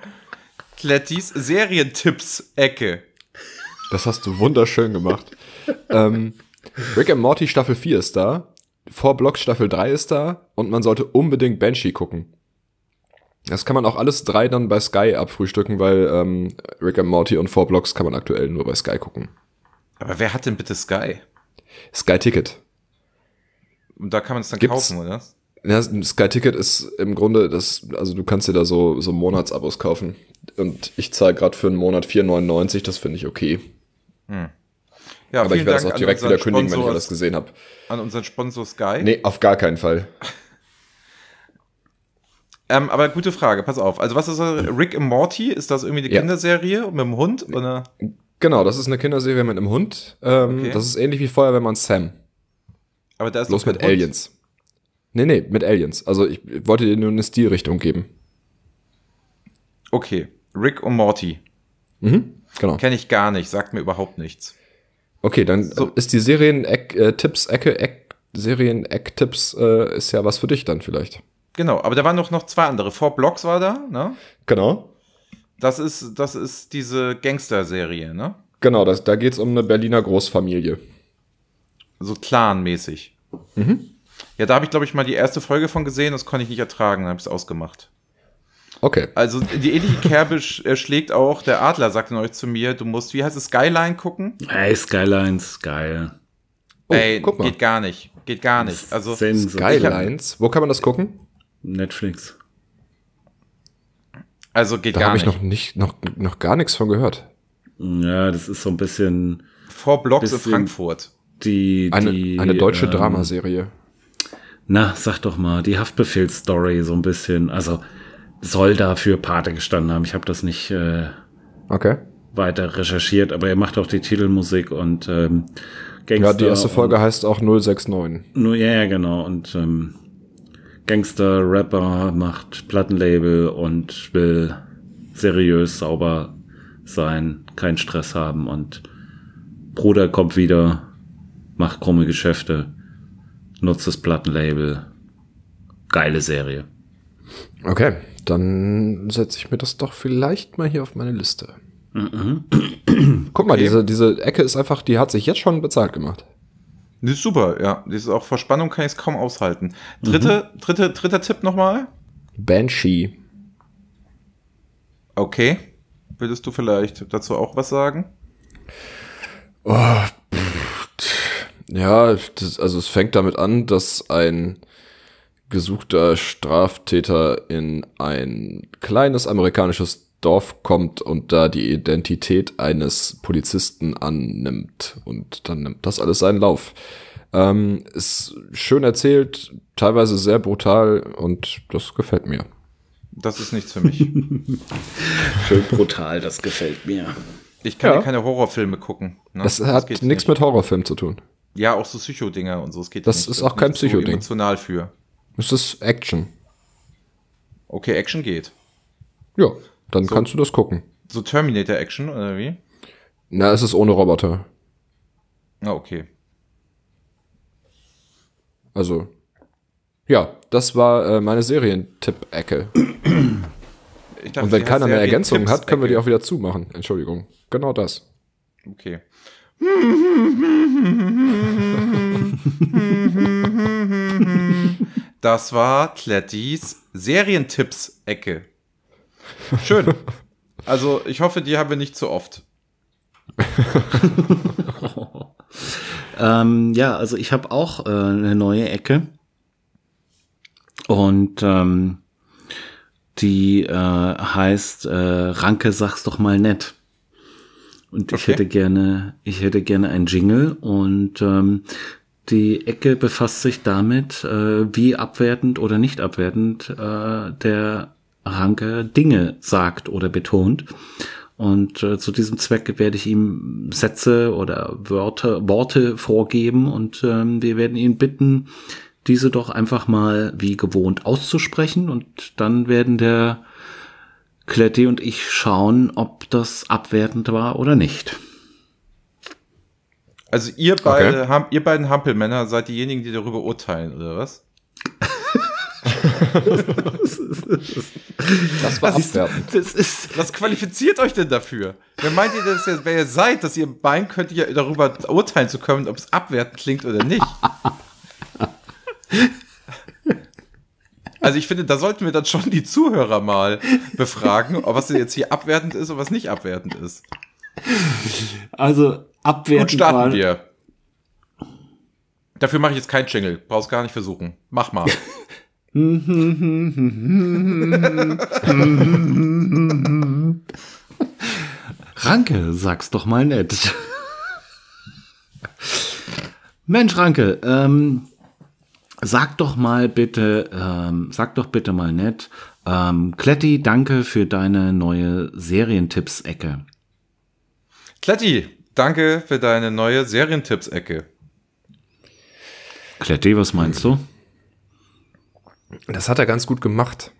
S2: Klettis Serientipps-Ecke.
S1: Das hast du wunderschön gemacht. ähm, Rick and Morty Staffel 4 ist da. Four Blocks Staffel 3 ist da. Und man sollte unbedingt Banshee gucken. Das kann man auch alles drei dann bei Sky abfrühstücken, weil ähm, Rick and Morty und Four Blocks kann man aktuell nur bei Sky gucken.
S2: Aber wer hat denn bitte Sky?
S1: Sky Ticket.
S2: Und da kann man es dann
S1: Gibt's?
S2: kaufen, oder?
S1: Ja, Sky Ticket ist im Grunde das, also du kannst dir da so, so Monatsabos kaufen. Und ich zahle gerade für einen Monat 4,99, das finde ich okay.
S2: Ja,
S1: Aber ich werde das auch direkt
S2: an
S1: wieder
S2: unseren
S1: kündigen, wenn ich
S2: Sponsor-
S1: alles gesehen habe.
S2: An unseren Sponsor Sky.
S1: Nee, auf gar keinen Fall.
S2: Ähm, aber gute Frage, pass auf. Also was ist das? Rick and Morty? Ist das irgendwie eine
S1: Ja.
S2: Kinderserie mit dem Hund? Oder?
S1: Genau, das ist eine Kinderserie mit einem Hund. Ähm,
S2: Okay.
S1: Das ist ähnlich wie Feuerwehrmann Sam.
S2: Aber da ist
S1: Bloß
S2: doch kein
S1: mit
S2: Hund.
S1: Aliens. Nee, nee, mit Aliens. Also ich wollte dir nur eine Stilrichtung geben.
S2: Okay, Rick und Morty.
S1: Mhm, genau.
S2: Kenne ich gar nicht, sagt mir überhaupt nichts.
S1: Okay, dann
S2: So.
S1: ist die Serien-Tipps-Ecke, Eck, Serien-Eck-Tipps äh, ist ja was für dich dann vielleicht.
S2: Genau, aber da waren doch noch zwei andere. Four Blocks war da, ne?
S1: Genau.
S2: Das ist, das ist diese Gangster-Serie, ne?
S1: Genau, das, da geht's um eine Berliner Großfamilie.
S2: So clanmäßig. Mhm. Ja, da habe ich, glaube ich, mal die erste Folge von gesehen, das konnte ich nicht ertragen, dann habe ich es ausgemacht.
S1: Okay.
S2: Also die ähnliche Kerbe sch äh, schlägt auch, der Adler sagte neulich zu mir, du musst, wie heißt es, Skyline gucken?
S3: Ey, Skylines, geil.
S1: Oh,
S2: Ey,
S1: guck mal.
S2: geht gar nicht. Geht gar nicht. Also
S3: Sensor.
S1: Skylines. Wo kann man das gucken?
S3: Netflix.
S2: Also geht
S1: Da
S2: gar
S1: habe ich
S2: nicht.
S1: noch nicht, noch, noch gar nichts von gehört.
S3: Ja, das ist so ein bisschen
S2: Vor Blocks in
S3: Bisschen-
S2: Frankfurt.
S3: die.
S1: Eine,
S3: die,
S1: eine deutsche
S3: ähm,
S1: Dramaserie.
S3: Na, sag doch mal, die Haftbefehlsstory so ein bisschen. Also soll dafür Pate gestanden haben. Ich habe das nicht äh,
S1: Okay.
S3: weiter recherchiert, aber er macht auch die Titelmusik und ähm, Gangster.
S1: Ja, die erste Folge heißt auch 069.
S3: Und, nur, ja, ja, genau. Und ähm, Gangster, Rapper macht Plattenlabel und will seriös, sauber sein, keinen Stress haben und Bruder kommt wieder, macht krumme Geschäfte, nutzt das Plattenlabel. Geile Serie.
S1: Okay, dann setze ich mir das doch vielleicht mal hier auf meine Liste. Guck mal, diese, diese Ecke ist einfach, die hat sich jetzt schon bezahlt gemacht.
S2: Die ist super, ja. Die ist auch vor Spannung kann ich es kaum aushalten. Dritte,
S1: Mhm.
S2: dritte, dritter Tipp nochmal.
S1: Banshee.
S2: Okay. Würdest du vielleicht dazu auch was sagen?
S1: Ja, das, also es fängt damit an, dass ein gesuchter Straftäter in ein kleines amerikanisches Dorf kommt und da die Identität eines Polizisten annimmt. Und dann nimmt das alles seinen Lauf. Ähm, ist schön erzählt, teilweise sehr brutal und das gefällt mir.
S2: Das ist nichts für mich.
S3: Schön brutal, das gefällt mir.
S2: Ich kann ja,
S1: Ja.
S2: keine Horrorfilme gucken. Ne?
S1: Das hat
S2: geht
S1: nichts
S2: nicht.
S1: mit Horrorfilm zu tun.
S2: Ja, auch so Psychodinger und so. Es geht
S1: Das
S2: nicht.
S1: ist
S2: Da
S1: auch
S2: bin
S1: kein
S2: ich zu
S1: Psychoding.
S2: emotional für.
S1: Es ist Action.
S2: Okay, Action geht.
S1: Ja, dann kannst du das gucken.
S2: So Terminator-Action oder wie?
S1: Na, es ist ohne Roboter.
S2: Ah, okay.
S1: Also, ja, das war äh, meine Serientipp-Ecke.
S2: Ich dachte,
S1: Und wenn
S2: die
S1: keiner mehr
S2: heißt Serien-
S1: Ergänzungen hat, können wir die
S2: Tipps-Ecke.
S1: auch wieder zumachen. Entschuldigung. Genau das.
S2: Okay. Das war Klettis Serientipps-Ecke. Schön. Also, ich hoffe, die haben wir nicht zu oft.
S3: Ähm, ja, also ich habe auch äh, eine neue Ecke. Und ähm, die äh, heißt äh, Ranke, sag's doch mal nett. Und ich
S2: Okay.
S3: hätte gerne, ich hätte gerne einen Jingle und ähm, die Ecke befasst sich damit, äh, wie abwertend oder nicht abwertend äh, der Ranke Dinge sagt oder betont. Und äh, zu diesem Zweck werde ich ihm Sätze oder Wörter, Worte vorgeben und ähm, wir werden ihn bitten, diese doch einfach mal wie gewohnt auszusprechen und dann werden der Kletti und ich schauen, ob das abwertend war oder nicht.
S2: Also ihr beide, Ham- ihr beiden Hampelmänner seid diejenigen, die darüber urteilen, oder was?
S1: Das war
S3: Siehst du,
S1: abwertend.
S3: Das ist,
S2: Was qualifiziert euch denn dafür? Wer meint ihr, dass ihr, wer ihr seid, dass ihr Bein könnt, ihr darüber urteilen zu können, ob es abwertend klingt oder nicht? Also ich finde, da sollten wir dann schon die Zuhörer mal befragen, ob was jetzt hier abwertend ist und was nicht abwertend ist.
S3: also abwertend
S2: Gut, starten
S3: war-
S2: wir. Dafür mache ich jetzt keinen Jingle. Brauchst gar nicht versuchen. Mach mal.
S3: Ranke, sag's doch mal nett. Mensch, Ranke, ähm, sag doch mal bitte, ähm, sag doch bitte mal nett. Ähm, Kletti, danke für deine neue Serientipps-Ecke.
S2: Kletti, danke für deine neue Serientipps-Ecke.
S3: Kletti, was meinst du?
S1: Das hat er ganz gut gemacht.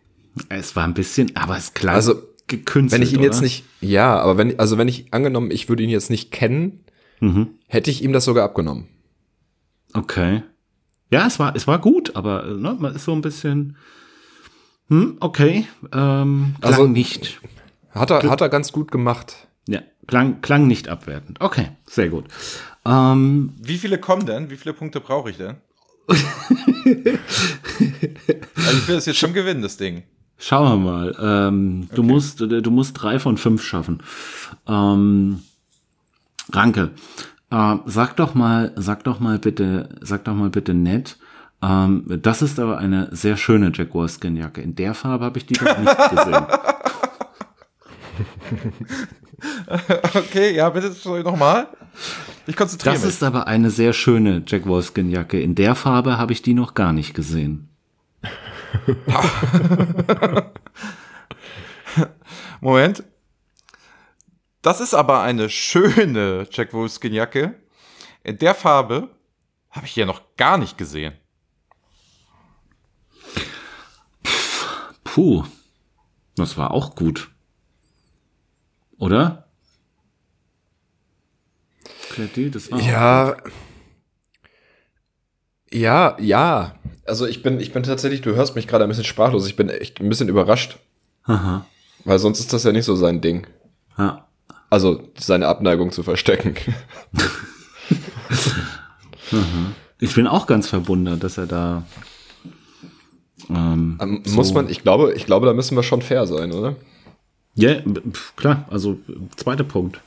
S3: Es war ein bisschen, aber es klang
S1: Also,
S3: gekünstelt.
S1: Wenn ich ihn
S3: oder?
S1: jetzt nicht, ja, aber wenn, also wenn ich angenommen, ich würde ihn jetzt nicht kennen, hätte ich ihm das sogar abgenommen.
S3: Okay. Ja, es war, es war gut, aber äh, ne, man ist so ein bisschen. Hm, okay. Ähm, klang
S1: Also-
S3: nicht.
S1: Hat er, hat er ganz gut gemacht.
S3: Ja, klang, klang nicht abwertend. Okay, sehr gut. Ähm,
S2: Wie viele kommen denn? Wie viele Punkte brauche ich denn? also ich will das jetzt schon gewinnen, das Ding.
S3: schauen wir mal. Ähm, du, musst, du musst drei von fünf schaffen. Ähm, Ranke, äh, sag doch mal, sag doch mal bitte, sag doch mal bitte nett. Ähm, das ist aber eine sehr schöne Jaguar-Skin-Jacke. In der Farbe habe ich die noch nicht gesehen.
S2: Okay, ja, bitte nochmal. Ich konzentriere
S3: Das
S2: mich.
S3: ist aber eine sehr schöne Jack Wolfskin-Jacke. In der Farbe habe ich die noch gar nicht gesehen.
S2: Moment. Das ist aber eine schöne Jack Wolfskin-Jacke. In der Farbe habe ich ja noch gar nicht gesehen.
S3: Puh. Das war auch gut. Oder? Kletti, das war
S1: Ja. Ja, ja. Also ich bin, ich bin tatsächlich, du hörst mich gerade ein bisschen sprachlos. Ich bin echt ein bisschen überrascht.
S3: Aha.
S1: Weil sonst ist das ja nicht so sein Ding.
S3: Ja.
S1: Also seine Abneigung zu verstecken.
S3: Ich bin auch ganz verwundert, dass er da. Ähm,
S1: Ähm, Muss man, ich glaube, ich glaube, da müssen wir schon fair sein, oder?
S3: ja, pf, klar, also äh, zweiter Punkt.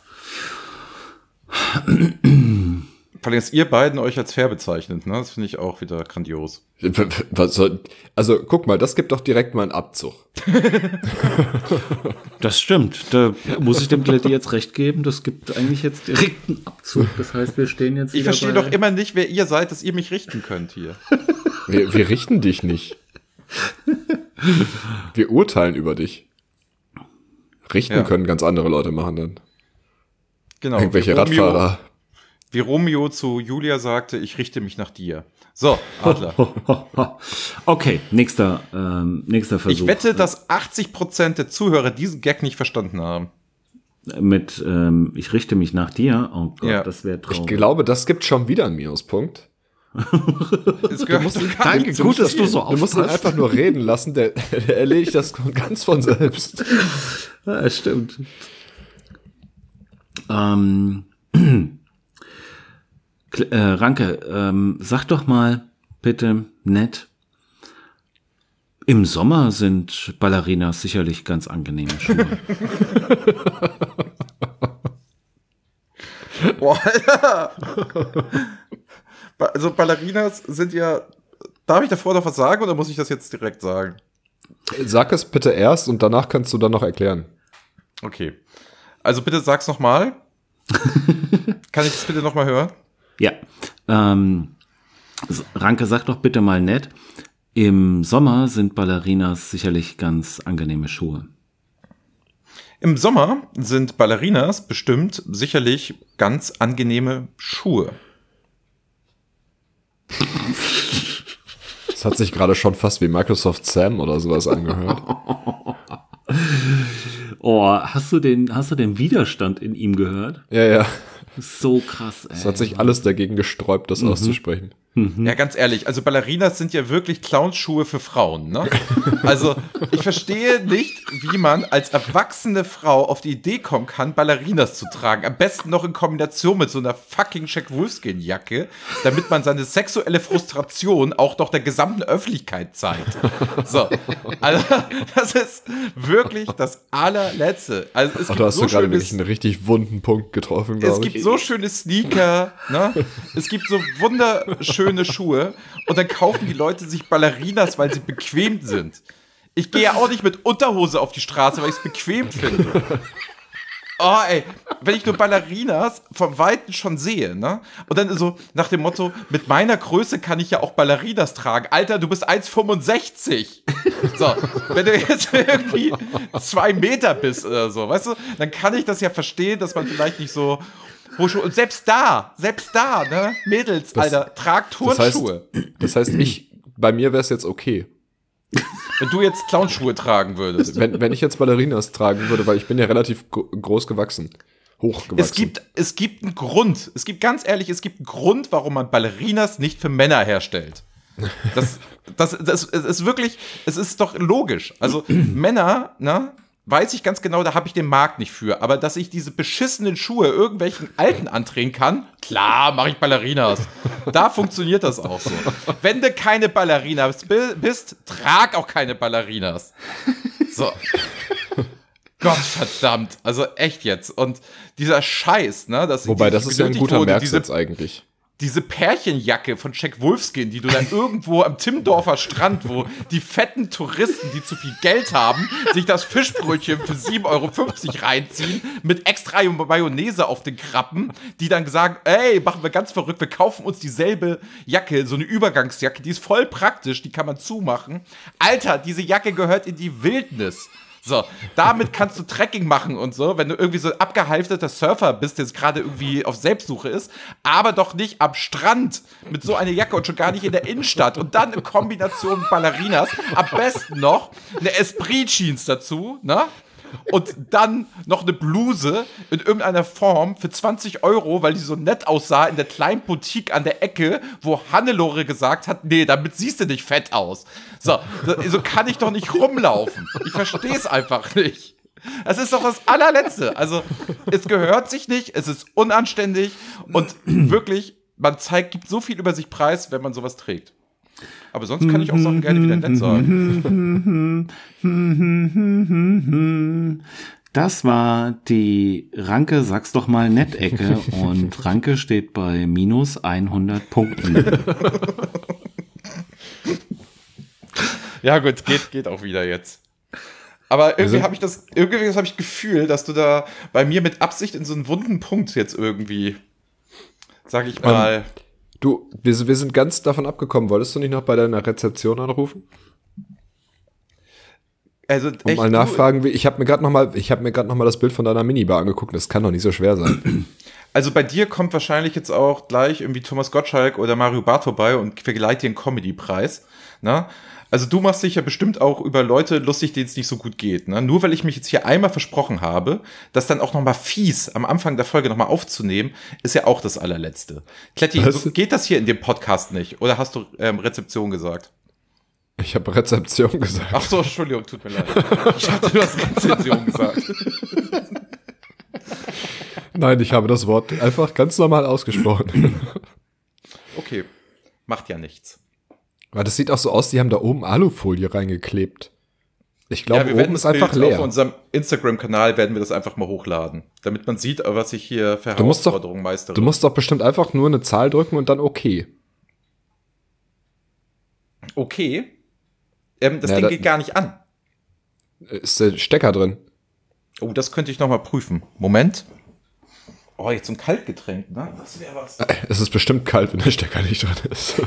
S2: Vor allem, dass ihr beiden euch als fair bezeichnet, ne? Das finde ich auch wieder grandios.
S1: Was soll, also guck mal, das gibt doch direkt mal einen Abzug.
S3: Das stimmt. Da muss ich dem Kletti jetzt recht geben. Das gibt eigentlich jetzt direkten Abzug. Das heißt, wir stehen jetzt.
S2: Ich
S3: wieder
S2: verstehe
S3: bei-
S2: doch immer nicht, wer ihr seid, dass ihr mich richten könnt hier.
S1: Wir, wir richten dich nicht. Wir urteilen über dich. Richten
S2: Ja.
S1: können ganz andere Leute machen dann.
S2: Genau.
S1: Irgendwelche
S2: Romeo-
S1: Radfahrer.
S2: Wie Romeo zu Julia sagte, ich richte mich nach dir. So, Adler.
S3: Okay, nächster, ähm, nächster Versuch.
S2: Ich wette, dass 80% der Zuhörer diesen Gag nicht verstanden haben.
S3: Mit ähm, Ich richte mich nach dir. Oh Gott,
S2: Ja.
S3: das wäre
S1: Ich
S3: traurig.
S1: glaube, das gibt schon wieder einen Minuspunkt.
S2: Es gehört doch gar
S3: Danke,
S2: nicht
S3: gut,
S2: zum
S3: dass du
S2: Spiel.
S3: so
S1: Du musst ihn
S3: aufpasst.
S1: einfach nur reden lassen, der, der erledigt das ganz von selbst.
S3: Ja, stimmt. Ähm, Kl- äh, Ranke, ähm, sag doch mal bitte nett. Im Sommer sind Ballerinas sicherlich ganz angenehme Schuhe.
S2: Boah, Alter. Ba- Also Ballerinas sind ja... Darf ich davor noch was sagen oder muss ich das jetzt direkt sagen?
S1: Sag es bitte erst und danach kannst du dann noch erklären.
S2: Okay. Also bitte sag's nochmal. Kann ich das bitte nochmal hören?
S3: Ja. Ähm, S- Ranke, sag doch bitte mal nett. Im Sommer sind Ballerinas sicherlich ganz angenehme Schuhe.
S2: Im Sommer sind Ballerinas bestimmt sicherlich ganz angenehme Schuhe.
S1: Das hat sich gerade schon fast wie Microsoft Sam oder sowas angehört.
S3: Oh, hast du den, hast du den Widerstand in ihm gehört?
S1: Ja, ja.
S3: So krass, ey.
S1: Es hat sich alles dagegen gesträubt,
S2: Mhm.
S1: das auszusprechen.
S2: Ja,
S1: Mhm.
S2: ganz ehrlich, also Ballerinas sind ja wirklich Clownschuhe für Frauen, ne? Also, ich verstehe nicht, wie man als erwachsene Frau auf die Idee kommen kann, Ballerinas zu tragen. Am besten noch in Kombination mit so einer fucking Jack Wolfskin-Jacke, damit man seine sexuelle Frustration auch noch der gesamten Öffentlichkeit zeigt. So, also, das ist wirklich das allerletzte. Also, es
S1: Ach,
S2: gibt
S1: da hast
S2: so
S1: du gerade
S2: schönes-
S1: wirklich einen richtig wunden Punkt getroffen,
S2: es
S1: glaube ich.
S2: gibt so schöne Sneaker, ne? es gibt so wunderschöne Schuhe und dann kaufen die Leute sich Ballerinas, weil sie bequem sind. Ich gehe ja auch nicht mit Unterhose auf die Straße, weil ich es bequem finde. Oh, ey, wenn ich nur Ballerinas vom Weiten schon sehe, ne? Und dann so nach dem Motto, mit meiner Größe kann ich ja auch Ballerinas tragen. Alter, du bist 1,65. So, wenn du jetzt irgendwie zwei Meter bist oder so, weißt du, dann kann ich das ja verstehen, dass man vielleicht nicht so Hochschuhe. Und selbst da, selbst da, ne? Mädels, Alter, trag
S1: das, heißt,
S2: Turnschuhe.
S1: das heißt, ich, bei mir wäre es jetzt okay.
S2: wenn du jetzt Clownschuhe tragen würdest.
S1: Wenn, wenn ich jetzt Ballerinas tragen würde, weil ich bin ja relativ gro- groß gewachsen. Hoch gewachsen.
S2: Es gibt, es gibt einen Grund. Es gibt ganz ehrlich, es gibt einen Grund, warum man Ballerinas nicht für Männer herstellt. Das, das, das, es ist wirklich, es ist doch logisch. Also Männer, ne, weiß ich ganz genau, da habe ich den Markt nicht für. Aber dass ich diese beschissenen Schuhe irgendwelchen Alten andrehen kann, klar, mache ich Ballerinas. Da funktioniert das auch so. Wenn du keine Ballerinas bi- bist, trag auch keine Ballerinas. So. Gott verdammt, also echt jetzt. Und dieser Scheiß, ne? Dass
S1: Wobei,
S2: die-
S1: das
S2: die
S1: ist ja ein
S2: benötigt
S1: guter
S2: wurde, diese
S1: Merksatz eigentlich.
S2: diese Pärchenjacke von Jack Wolfskin, die du da irgendwo am Timmendorfer Strand, wo die fetten Touristen, die zu viel Geld haben, sich das Fischbrötchen für 7,50 Euro reinziehen, mit extra Mayonnaise auf den Krabben, die dann sagen, ey, machen wir ganz verrückt, wir kaufen uns dieselbe Jacke, so eine Übergangsjacke, die ist voll praktisch, die kann man zumachen. Alter, diese Jacke gehört in die Wildnis. So, damit kannst du Trekking machen und so, wenn du irgendwie so ein abgehalfterter Surfer bist, der jetzt gerade irgendwie auf Selbstsuche ist, aber doch nicht am Strand mit so einer Jacke und schon gar nicht in der Innenstadt und dann in Kombination mit Ballerinas, am besten noch eine Esprit-Jeans dazu, ne? Und dann noch eine Bluse in irgendeiner Form für 20 Euro, weil die so nett aussah in der kleinen Boutique an der Ecke, wo Hannelore gesagt hat, nee, damit siehst du nicht fett aus. So, so kann ich doch nicht rumlaufen. Ich verstehe es einfach nicht. Das ist doch das allerletzte. Also, es gehört sich nicht, es ist unanständig und wirklich, man zeigt, gibt so viel über sich preis, wenn man sowas trägt. Aber sonst kann ich auch Sachen gerne wieder nett sagen.
S3: Das war die Ranke, sag's doch mal, Nettecke. Und Ranke steht bei minus 100 Punkten.
S2: Ja, gut, geht, geht auch wieder jetzt. Aber irgendwie habe ich das, irgendwie habe ich Gefühl, dass du da bei mir mit Absicht in so einen wunden Punkt jetzt irgendwie, sag ich mal.
S1: Du, wir, wir sind ganz davon abgekommen. Wolltest du nicht noch bei deiner Rezeption anrufen?
S2: also
S1: Und mal
S2: du-
S1: nachfragen, wie, ich habe mir gerade noch mal, ich habe mir gerade noch mal das Bild von deiner Minibar angeguckt. Das kann doch nicht so schwer sein.
S2: Also bei dir kommt wahrscheinlich jetzt auch gleich irgendwie Thomas Gottschalk oder Mario Barth vorbei und vergleicht dir einen Comedy-Preis. Ne? Also du machst dich ja bestimmt auch über Leute lustig, denen es nicht so gut geht. Ne? Nur weil ich mich jetzt hier einmal versprochen habe, das dann auch nochmal fies am Anfang der Folge nochmal aufzunehmen, ist ja auch das allerletzte. Kletti,
S1: Was?
S2: so geht das hier in dem Podcast nicht? Oder hast du ähm, Rezeption gesagt?
S1: Ich habe Rezeption gesagt.
S2: Ach so, Entschuldigung, tut mir leid. Ich hatte du hast Rezeption gesagt.
S1: Nein, ich habe das Wort einfach ganz normal ausgesprochen.
S2: Okay, macht ja nichts.
S1: Aber das sieht auch so aus, die haben da oben Alufolie reingeklebt. Ich glaube, oben
S2: das
S1: ist einfach
S2: Bild Auf
S1: leer.
S2: unserem Instagram-Kanal werden wir das einfach mal hochladen, damit man sieht, äh, was ich hier für
S1: Du musst doch-
S2: Herausforderungen meistere.
S1: Du musst doch bestimmt einfach nur eine Zahl drücken und dann okay.
S2: okay. Ähm, das
S1: Ja,
S2: Ding
S1: da-
S2: geht gar nicht an.
S1: Ist der Stecker drin?
S2: Oh, das könnte ich nochmal prüfen. Moment. Oh, jetzt so ein Kaltgetränk, ne? Das wäre was.
S1: Äh, Es ist bestimmt kalt, wenn der Stecker nicht drin ist.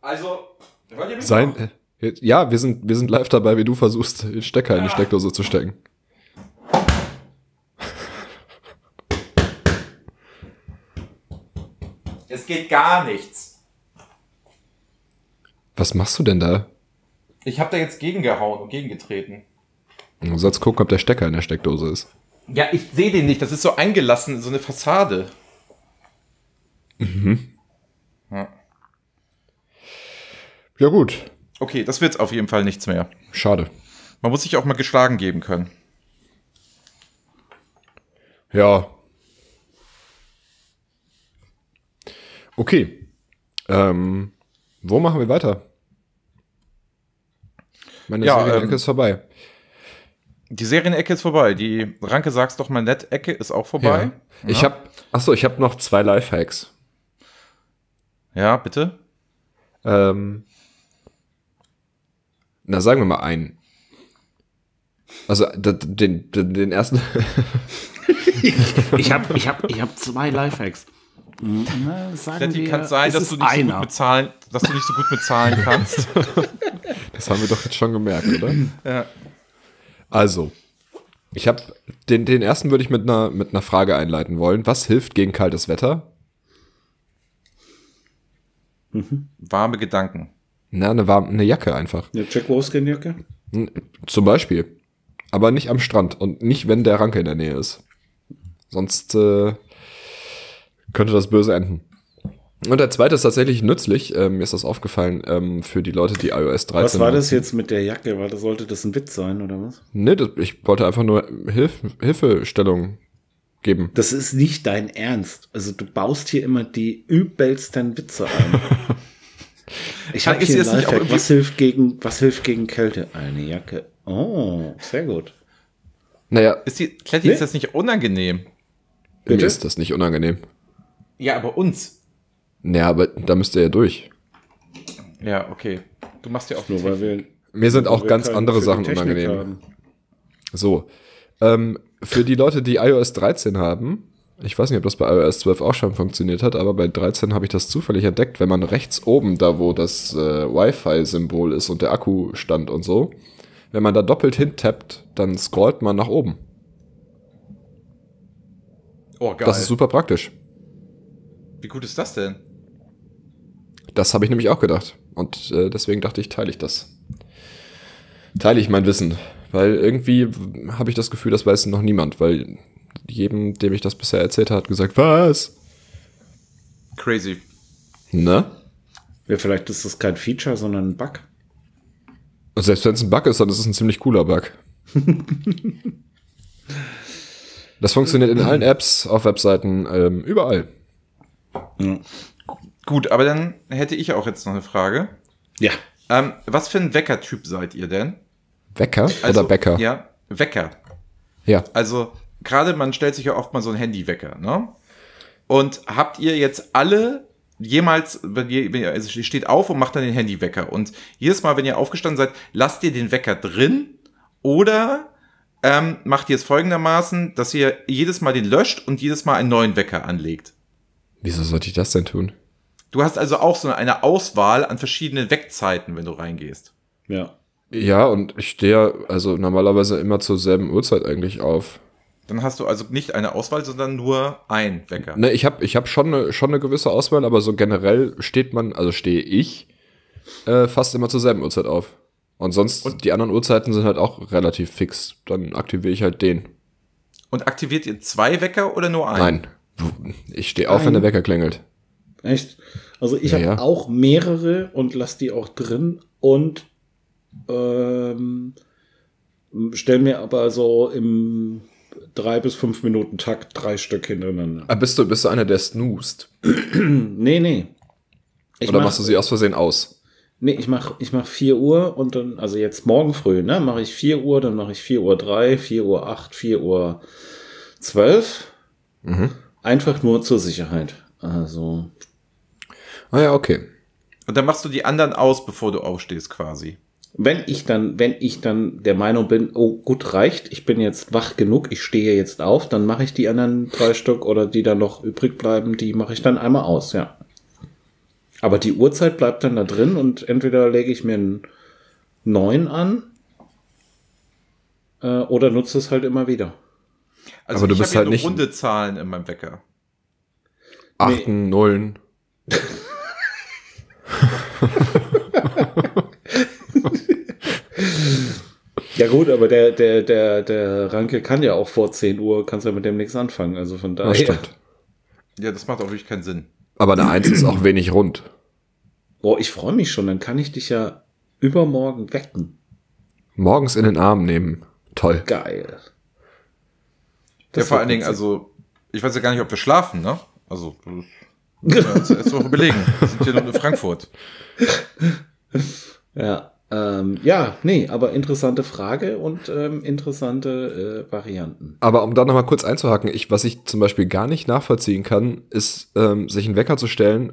S2: Also, wollt ihr mich
S1: Sein. äh, Ja, wir sind, wir sind live dabei, wie du versuchst, den Stecker in die Steckdose zu stecken.
S2: noch- Es geht gar nichts.
S1: Was machst du denn da?
S2: Ich habe da jetzt gegengehauen und gegengetreten.
S1: Du sollst gucken, ob der Stecker in der Steckdose ist.
S2: Ja, ich sehe den nicht. Das ist so eingelassen, so eine Fassade. Mhm. Ja.
S1: Ja, gut.
S2: Okay, das wird's auf jeden Fall nichts mehr.
S1: Schade.
S2: Man muss sich auch mal geschlagen geben können.
S1: Ja. Okay. Ähm, wo machen wir weiter? Meine
S2: Ja,
S1: ja, Serie
S2: ähm,
S1: ist vorbei.
S2: Die Serienecke ist vorbei. Die Ranke sag's doch mal nett, Ecke ist auch vorbei.
S1: Ja. Ich habe, achso, ich habe noch zwei Lifehacks.
S2: Ja, bitte.
S1: Ähm, na, sagen wir mal einen. Also d- d- den, den, den ersten.
S3: Ich habe ich hab, ich hab zwei Lifehacks. Hm, Na, sagen
S2: Letty,
S3: wir,
S2: kann sein,
S3: es
S2: dass
S3: ist
S2: du, nicht so
S3: einer.
S2: gut bezahlen, dass du nicht so gut bezahlen kannst.
S1: Das haben wir doch jetzt schon gemerkt, oder?
S2: Ja.
S1: Also, ich habe den, den ersten würde ich mit einer mit einer Frage einleiten wollen. Was hilft gegen kaltes Wetter?
S2: Warme Gedanken.
S1: Na, eine warme eine Jacke einfach.
S3: Eine Jack Wolfskin-Jacke?
S1: Zum Beispiel. Aber nicht am Strand und nicht, wenn der Ranke in der Nähe ist. Sonst äh, könnte das böse enden. Und der zweite ist tatsächlich nützlich. Ähm, mir ist das aufgefallen ähm, für die Leute, die iOS 13
S3: Was war
S1: nutzen.
S3: das jetzt mit der Jacke? War das, sollte das ein Witz sein oder was?
S1: Nee, das, ich wollte einfach nur Hilf Hilfestellung geben.
S3: Das ist nicht dein Ernst. Also du baust hier immer die übelsten Witze ein. Ich
S2: Dann
S3: habe
S2: ist
S3: hier
S2: jetzt
S3: einen
S2: nicht auch
S3: Lifehack.
S2: irgendwie-
S3: Was hilft gegen was hilft gegen Kälte? Eine Jacke. Oh, sehr gut.
S1: Naja,
S2: Ist die, Kletti,
S3: Nee.
S2: ist das nicht unangenehm?
S1: mir
S3: Bitte?
S1: ist das nicht unangenehm.
S2: Ja, aber uns.
S1: Naja, aber da müsst ihr ja durch.
S2: Ja, okay. Du machst ja auch
S3: Nur weil wir
S1: Mir sind auch
S3: wir
S1: ganz
S3: keinen
S1: andere
S3: für die
S1: Sachen
S3: Technik
S1: unangenehm.
S3: haben.
S1: So. Ähm, für die Leute, die iOS 13 haben, ich weiß nicht, ob das bei iOS 12 auch schon funktioniert hat, aber bei 13 habe ich das zufällig entdeckt, wenn man rechts oben, da wo das äh, Wi-Fi-Symbol ist und der Akkustand und so, wenn man da doppelt hintappt, dann scrollt man nach oben.
S2: Oh, geil.
S1: Das ist super praktisch.
S2: Wie gut ist das denn?
S1: Das habe ich nämlich auch gedacht. Und äh, deswegen dachte ich, teile ich das. Teile ich mein Wissen. Weil irgendwie w- habe ich das Gefühl, das weiß noch niemand, weil jedem, dem ich das bisher erzählt habe, hat gesagt, was?
S2: Crazy.
S1: Ne?
S3: Ja, vielleicht ist das kein Feature, sondern ein Bug.
S1: Und selbst wenn es ein Bug ist, dann ist es ein ziemlich cooler Bug. das funktioniert in allen Apps, auf Webseiten, ähm, überall.
S2: Gut, aber dann hätte ich auch jetzt noch eine Frage.
S3: Ja.
S2: Ähm, was für ein Weckertyp seid ihr denn?
S1: Wecker
S2: Also,
S1: oder Bäcker? Ja.
S2: Ja, Wecker. Also gerade man stellt sich ja oft mal so einen Handywecker, ne? Und habt ihr jetzt alle jemals, wenn ihr, wenn ihr also ihr steht auf und macht dann den Handywecker und jedes Mal, wenn ihr aufgestanden seid, lasst ihr den Wecker drin oder ähm, macht ihr es folgendermaßen, dass ihr jedes Mal den löscht und jedes Mal einen neuen Wecker anlegt.
S1: Wieso sollte ich das denn tun?
S2: Du hast also auch so eine Auswahl an verschiedenen Weckzeiten, wenn du reingehst.
S3: Ja.
S1: Ja, und ich stehe ja also normalerweise immer zur selben Uhrzeit eigentlich auf.
S2: Dann hast du also nicht eine Auswahl, sondern nur einen Wecker.
S1: Ne, ich habe ich hab schon, eine, schon eine gewisse Auswahl, aber so generell steht man, also stehe ich äh, fast immer zur selben Uhrzeit auf. Und sonst, die anderen Uhrzeiten sind halt auch relativ fix. Dann aktiviere ich halt den.
S2: Und aktiviert ihr zwei Wecker oder nur einen?
S1: Nein. Ich stehe auf, wenn der Wecker klingelt.
S3: Echt? Also ich
S1: Ja,
S3: habe
S1: ja.
S3: auch mehrere und lasse die auch drin und ähm, stell mir aber so im drei bis fünf Minuten Takt drei Stück hintereinander.
S1: Ah, bist du, bist du einer, der snoost?
S3: Nee, nee. Ich
S1: Oder
S3: mach-
S1: machst du sie aus Versehen aus?
S3: Nee, ich mach ich mach 4 Uhr und dann, also jetzt morgen früh, ne, mache ich 4 Uhr, dann mache ich 4 Uhr 3, 4 Uhr 8, 4 Uhr 12. Einfach nur zur Sicherheit. Also,
S1: Ah ja, okay.
S2: Und dann machst du die anderen aus, bevor du aufstehst, quasi.
S3: wenn ich dann, wenn ich dann der Meinung bin, oh gut, reicht, ich bin jetzt wach genug, ich stehe jetzt auf, dann mache ich die anderen drei Stück oder die dann noch übrig bleiben, die mache ich dann einmal aus, ja. Aber die Uhrzeit bleibt dann da drin und entweder lege ich mir einen neuen an äh, oder nutze es halt immer wieder.
S2: Also
S1: Aber du
S2: ich
S1: bist
S2: hab ja
S1: halt
S2: nur
S1: nicht-
S2: runde Zahlen in meinem Wecker.
S1: Achten, Nullen.
S3: Ja gut, aber der, der, der, der Ranke kann ja auch vor 10 Uhr, kannst ja mit dem nichts anfangen. Also von
S1: Das
S3: daher.
S1: stimmt.
S2: Ja, das macht auch wirklich keinen Sinn.
S1: Aber eine Eins ist auch wenig rund.
S3: Boah, Oh, ich freue mich schon, dann kann ich dich ja übermorgen wecken.
S1: Morgens in den Arm nehmen. Toll.
S3: Geil.
S2: ja,
S3: Das
S2: vor
S3: wird
S2: allen Dingen,
S3: witzig.
S2: also, ich weiß ja gar nicht, ob wir schlafen, ne? Also, das müssen wir uns erst noch überlegen. Wir sind hier nur in Frankfurt.
S3: Ja, ähm, ja, nee, aber interessante Frage und ähm, interessante äh, Varianten.
S1: Aber um da nochmal kurz einzuhaken, ich, was ich zum Beispiel gar nicht nachvollziehen kann, ist, ähm, sich einen Wecker zu stellen.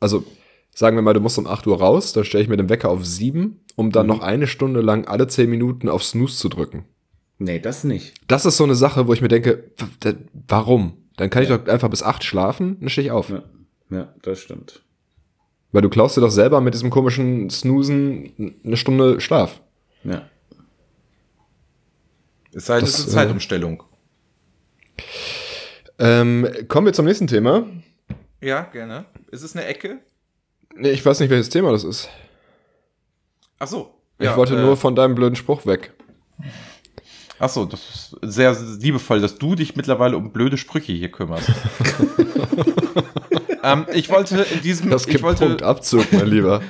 S1: Also, sagen wir mal, du musst um 8 Uhr raus, dann stelle ich mir den Wecker auf 7, um dann noch eine Stunde lang alle 10 Minuten auf Snooze zu drücken.
S3: Nee, das nicht.
S1: Das ist so eine Sache, wo ich mir denke, w- d- warum? Dann kann ich doch einfach bis 8 schlafen, dann stehe ich auf.
S3: Ja, ja das stimmt.
S1: Weil du klaust dir doch selber mit diesem komischen Snoosen eine Stunde Schlaf.
S3: Ja.
S2: Es sei denn, es
S1: Das,
S2: ist
S1: äh,
S2: eine Zeitumstellung.
S1: Ähm, kommen wir zum nächsten Thema.
S2: Ja, gerne. Ist es eine Ecke?
S1: Nee, ich weiß nicht, welches Thema das ist.
S2: Ach so. äh,
S1: Ich wollte nur von deinem blöden Spruch weg.
S2: Ach so, das ist sehr liebevoll, dass du dich mittlerweile um blöde Sprüche hier kümmerst. ähm, ich wollte in diesem,
S1: Das
S2: ich
S1: gibt
S2: wollte,
S1: Punktabzug, mein Lieber.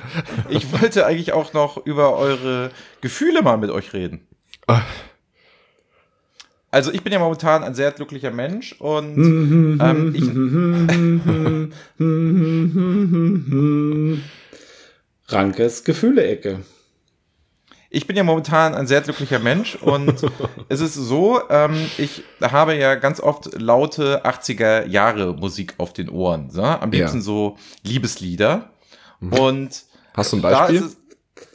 S2: ich wollte eigentlich auch noch über eure Gefühle mal mit euch reden.
S1: Ah.
S2: Also ich bin ja momentan ein sehr glücklicher Mensch und ähm, ich,
S3: Rankes Gefühle-Ecke.
S2: ich bin ja momentan ein sehr glücklicher Mensch und es ist so, ähm, ich habe ja ganz oft laute 80er Jahre Musik auf den Ohren. Ne? Am
S1: Ja.
S2: liebsten so Liebeslieder. Und
S1: Hast du ein
S2: da
S1: Beispiel?
S2: ist es,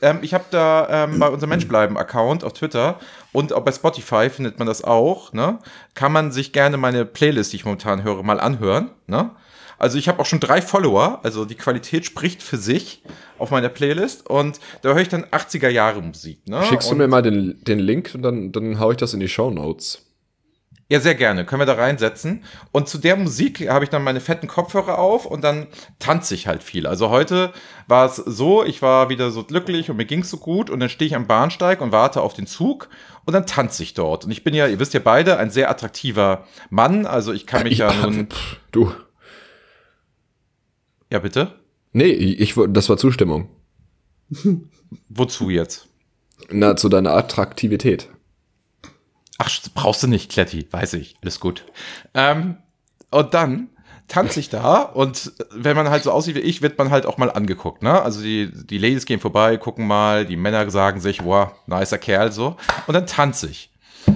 S2: ähm, ich habe da ähm, bei unserem Menschbleiben-Account auf Twitter und auch bei Spotify findet man das auch. Ne? Kann man sich gerne meine Playlist, die ich momentan höre, mal anhören. Ne? Also ich habe auch schon drei Follower, also die Qualität spricht für sich auf meiner Playlist und da höre ich dann 80er Jahre Musik. Ne?
S1: Schickst du
S2: und,
S1: mir mal den, den Link und dann, dann hau ich das in die Show Notes.
S2: Ja, sehr gerne. Können wir da reinsetzen. Und zu der Musik habe ich dann meine fetten Kopfhörer auf und dann tanze ich halt viel. Also heute war es so, ich war wieder so glücklich und mir ging's so gut und dann stehe ich am Bahnsteig und warte auf den Zug und dann tanze ich dort. Und ich bin ja, ihr wisst ja beide, ein sehr attraktiver Mann. Also ich kann mich ja nun...
S1: Pff, Du.
S2: Ja, bitte?
S1: Nee, ich, ich- das war Zustimmung.
S2: Wozu jetzt?
S1: Na, zu deiner Attraktivität.
S2: Ach, brauchst du nicht, Kletti, weiß ich, alles gut. Ähm, und dann tanze ich da und wenn man halt so aussieht wie ich, wird man halt auch mal angeguckt, ne? Also die, die Ladies gehen vorbei, gucken mal, die Männer sagen sich, wow, nicer Kerl, so. Und dann tanze ich.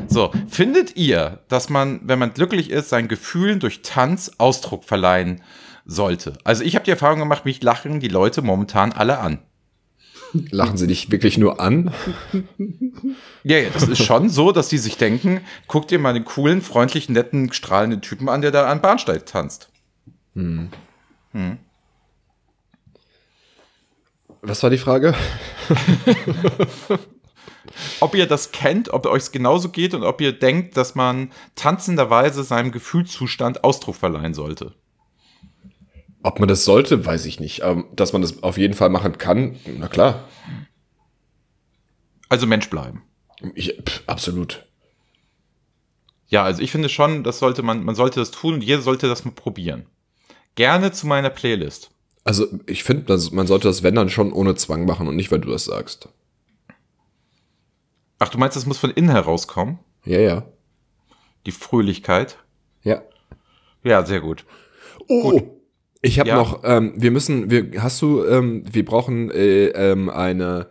S2: So, findet ihr, dass man, wenn man glücklich ist, seinen Gefühlen durch Tanz Ausdruck verleihen sollte? Also ich habe die Erfahrung gemacht, mich lachen die Leute momentan alle an.
S1: Lachen sie dich wirklich nur an?
S2: Ja, ja, das ist schon so, dass die sich denken, guck dir mal den coolen, freundlichen, netten, strahlenden Typen an, der da an Bahnsteig tanzt.
S1: Was war die Frage?
S2: Ob ihr das kennt, ob euch es genauso geht und ob ihr denkt, dass man tanzenderweise seinem Gefühlszustand Ausdruck verleihen sollte.
S1: Ob man das sollte, weiß ich nicht. Ähm, dass man das auf jeden Fall machen kann, na klar.
S2: Also Mensch bleiben.
S1: Ich, pff, absolut.
S2: Ja, also ich finde schon, das sollte man, man sollte das tun und jeder sollte das mal probieren. Gerne zu meiner Playlist.
S1: Also ich finde, dass- man sollte das, wenn dann, schon ohne Zwang machen und nicht, weil du das sagst.
S2: Ach, du meinst, das muss von innen herauskommen?
S1: Ja, ja.
S2: Die Fröhlichkeit?
S1: Ja.
S2: Ja, sehr gut.
S1: Oh, ich habe
S2: Ja.
S1: noch, ähm, wir müssen, wir, hast du, ähm, wir brauchen äh, ähm, eine,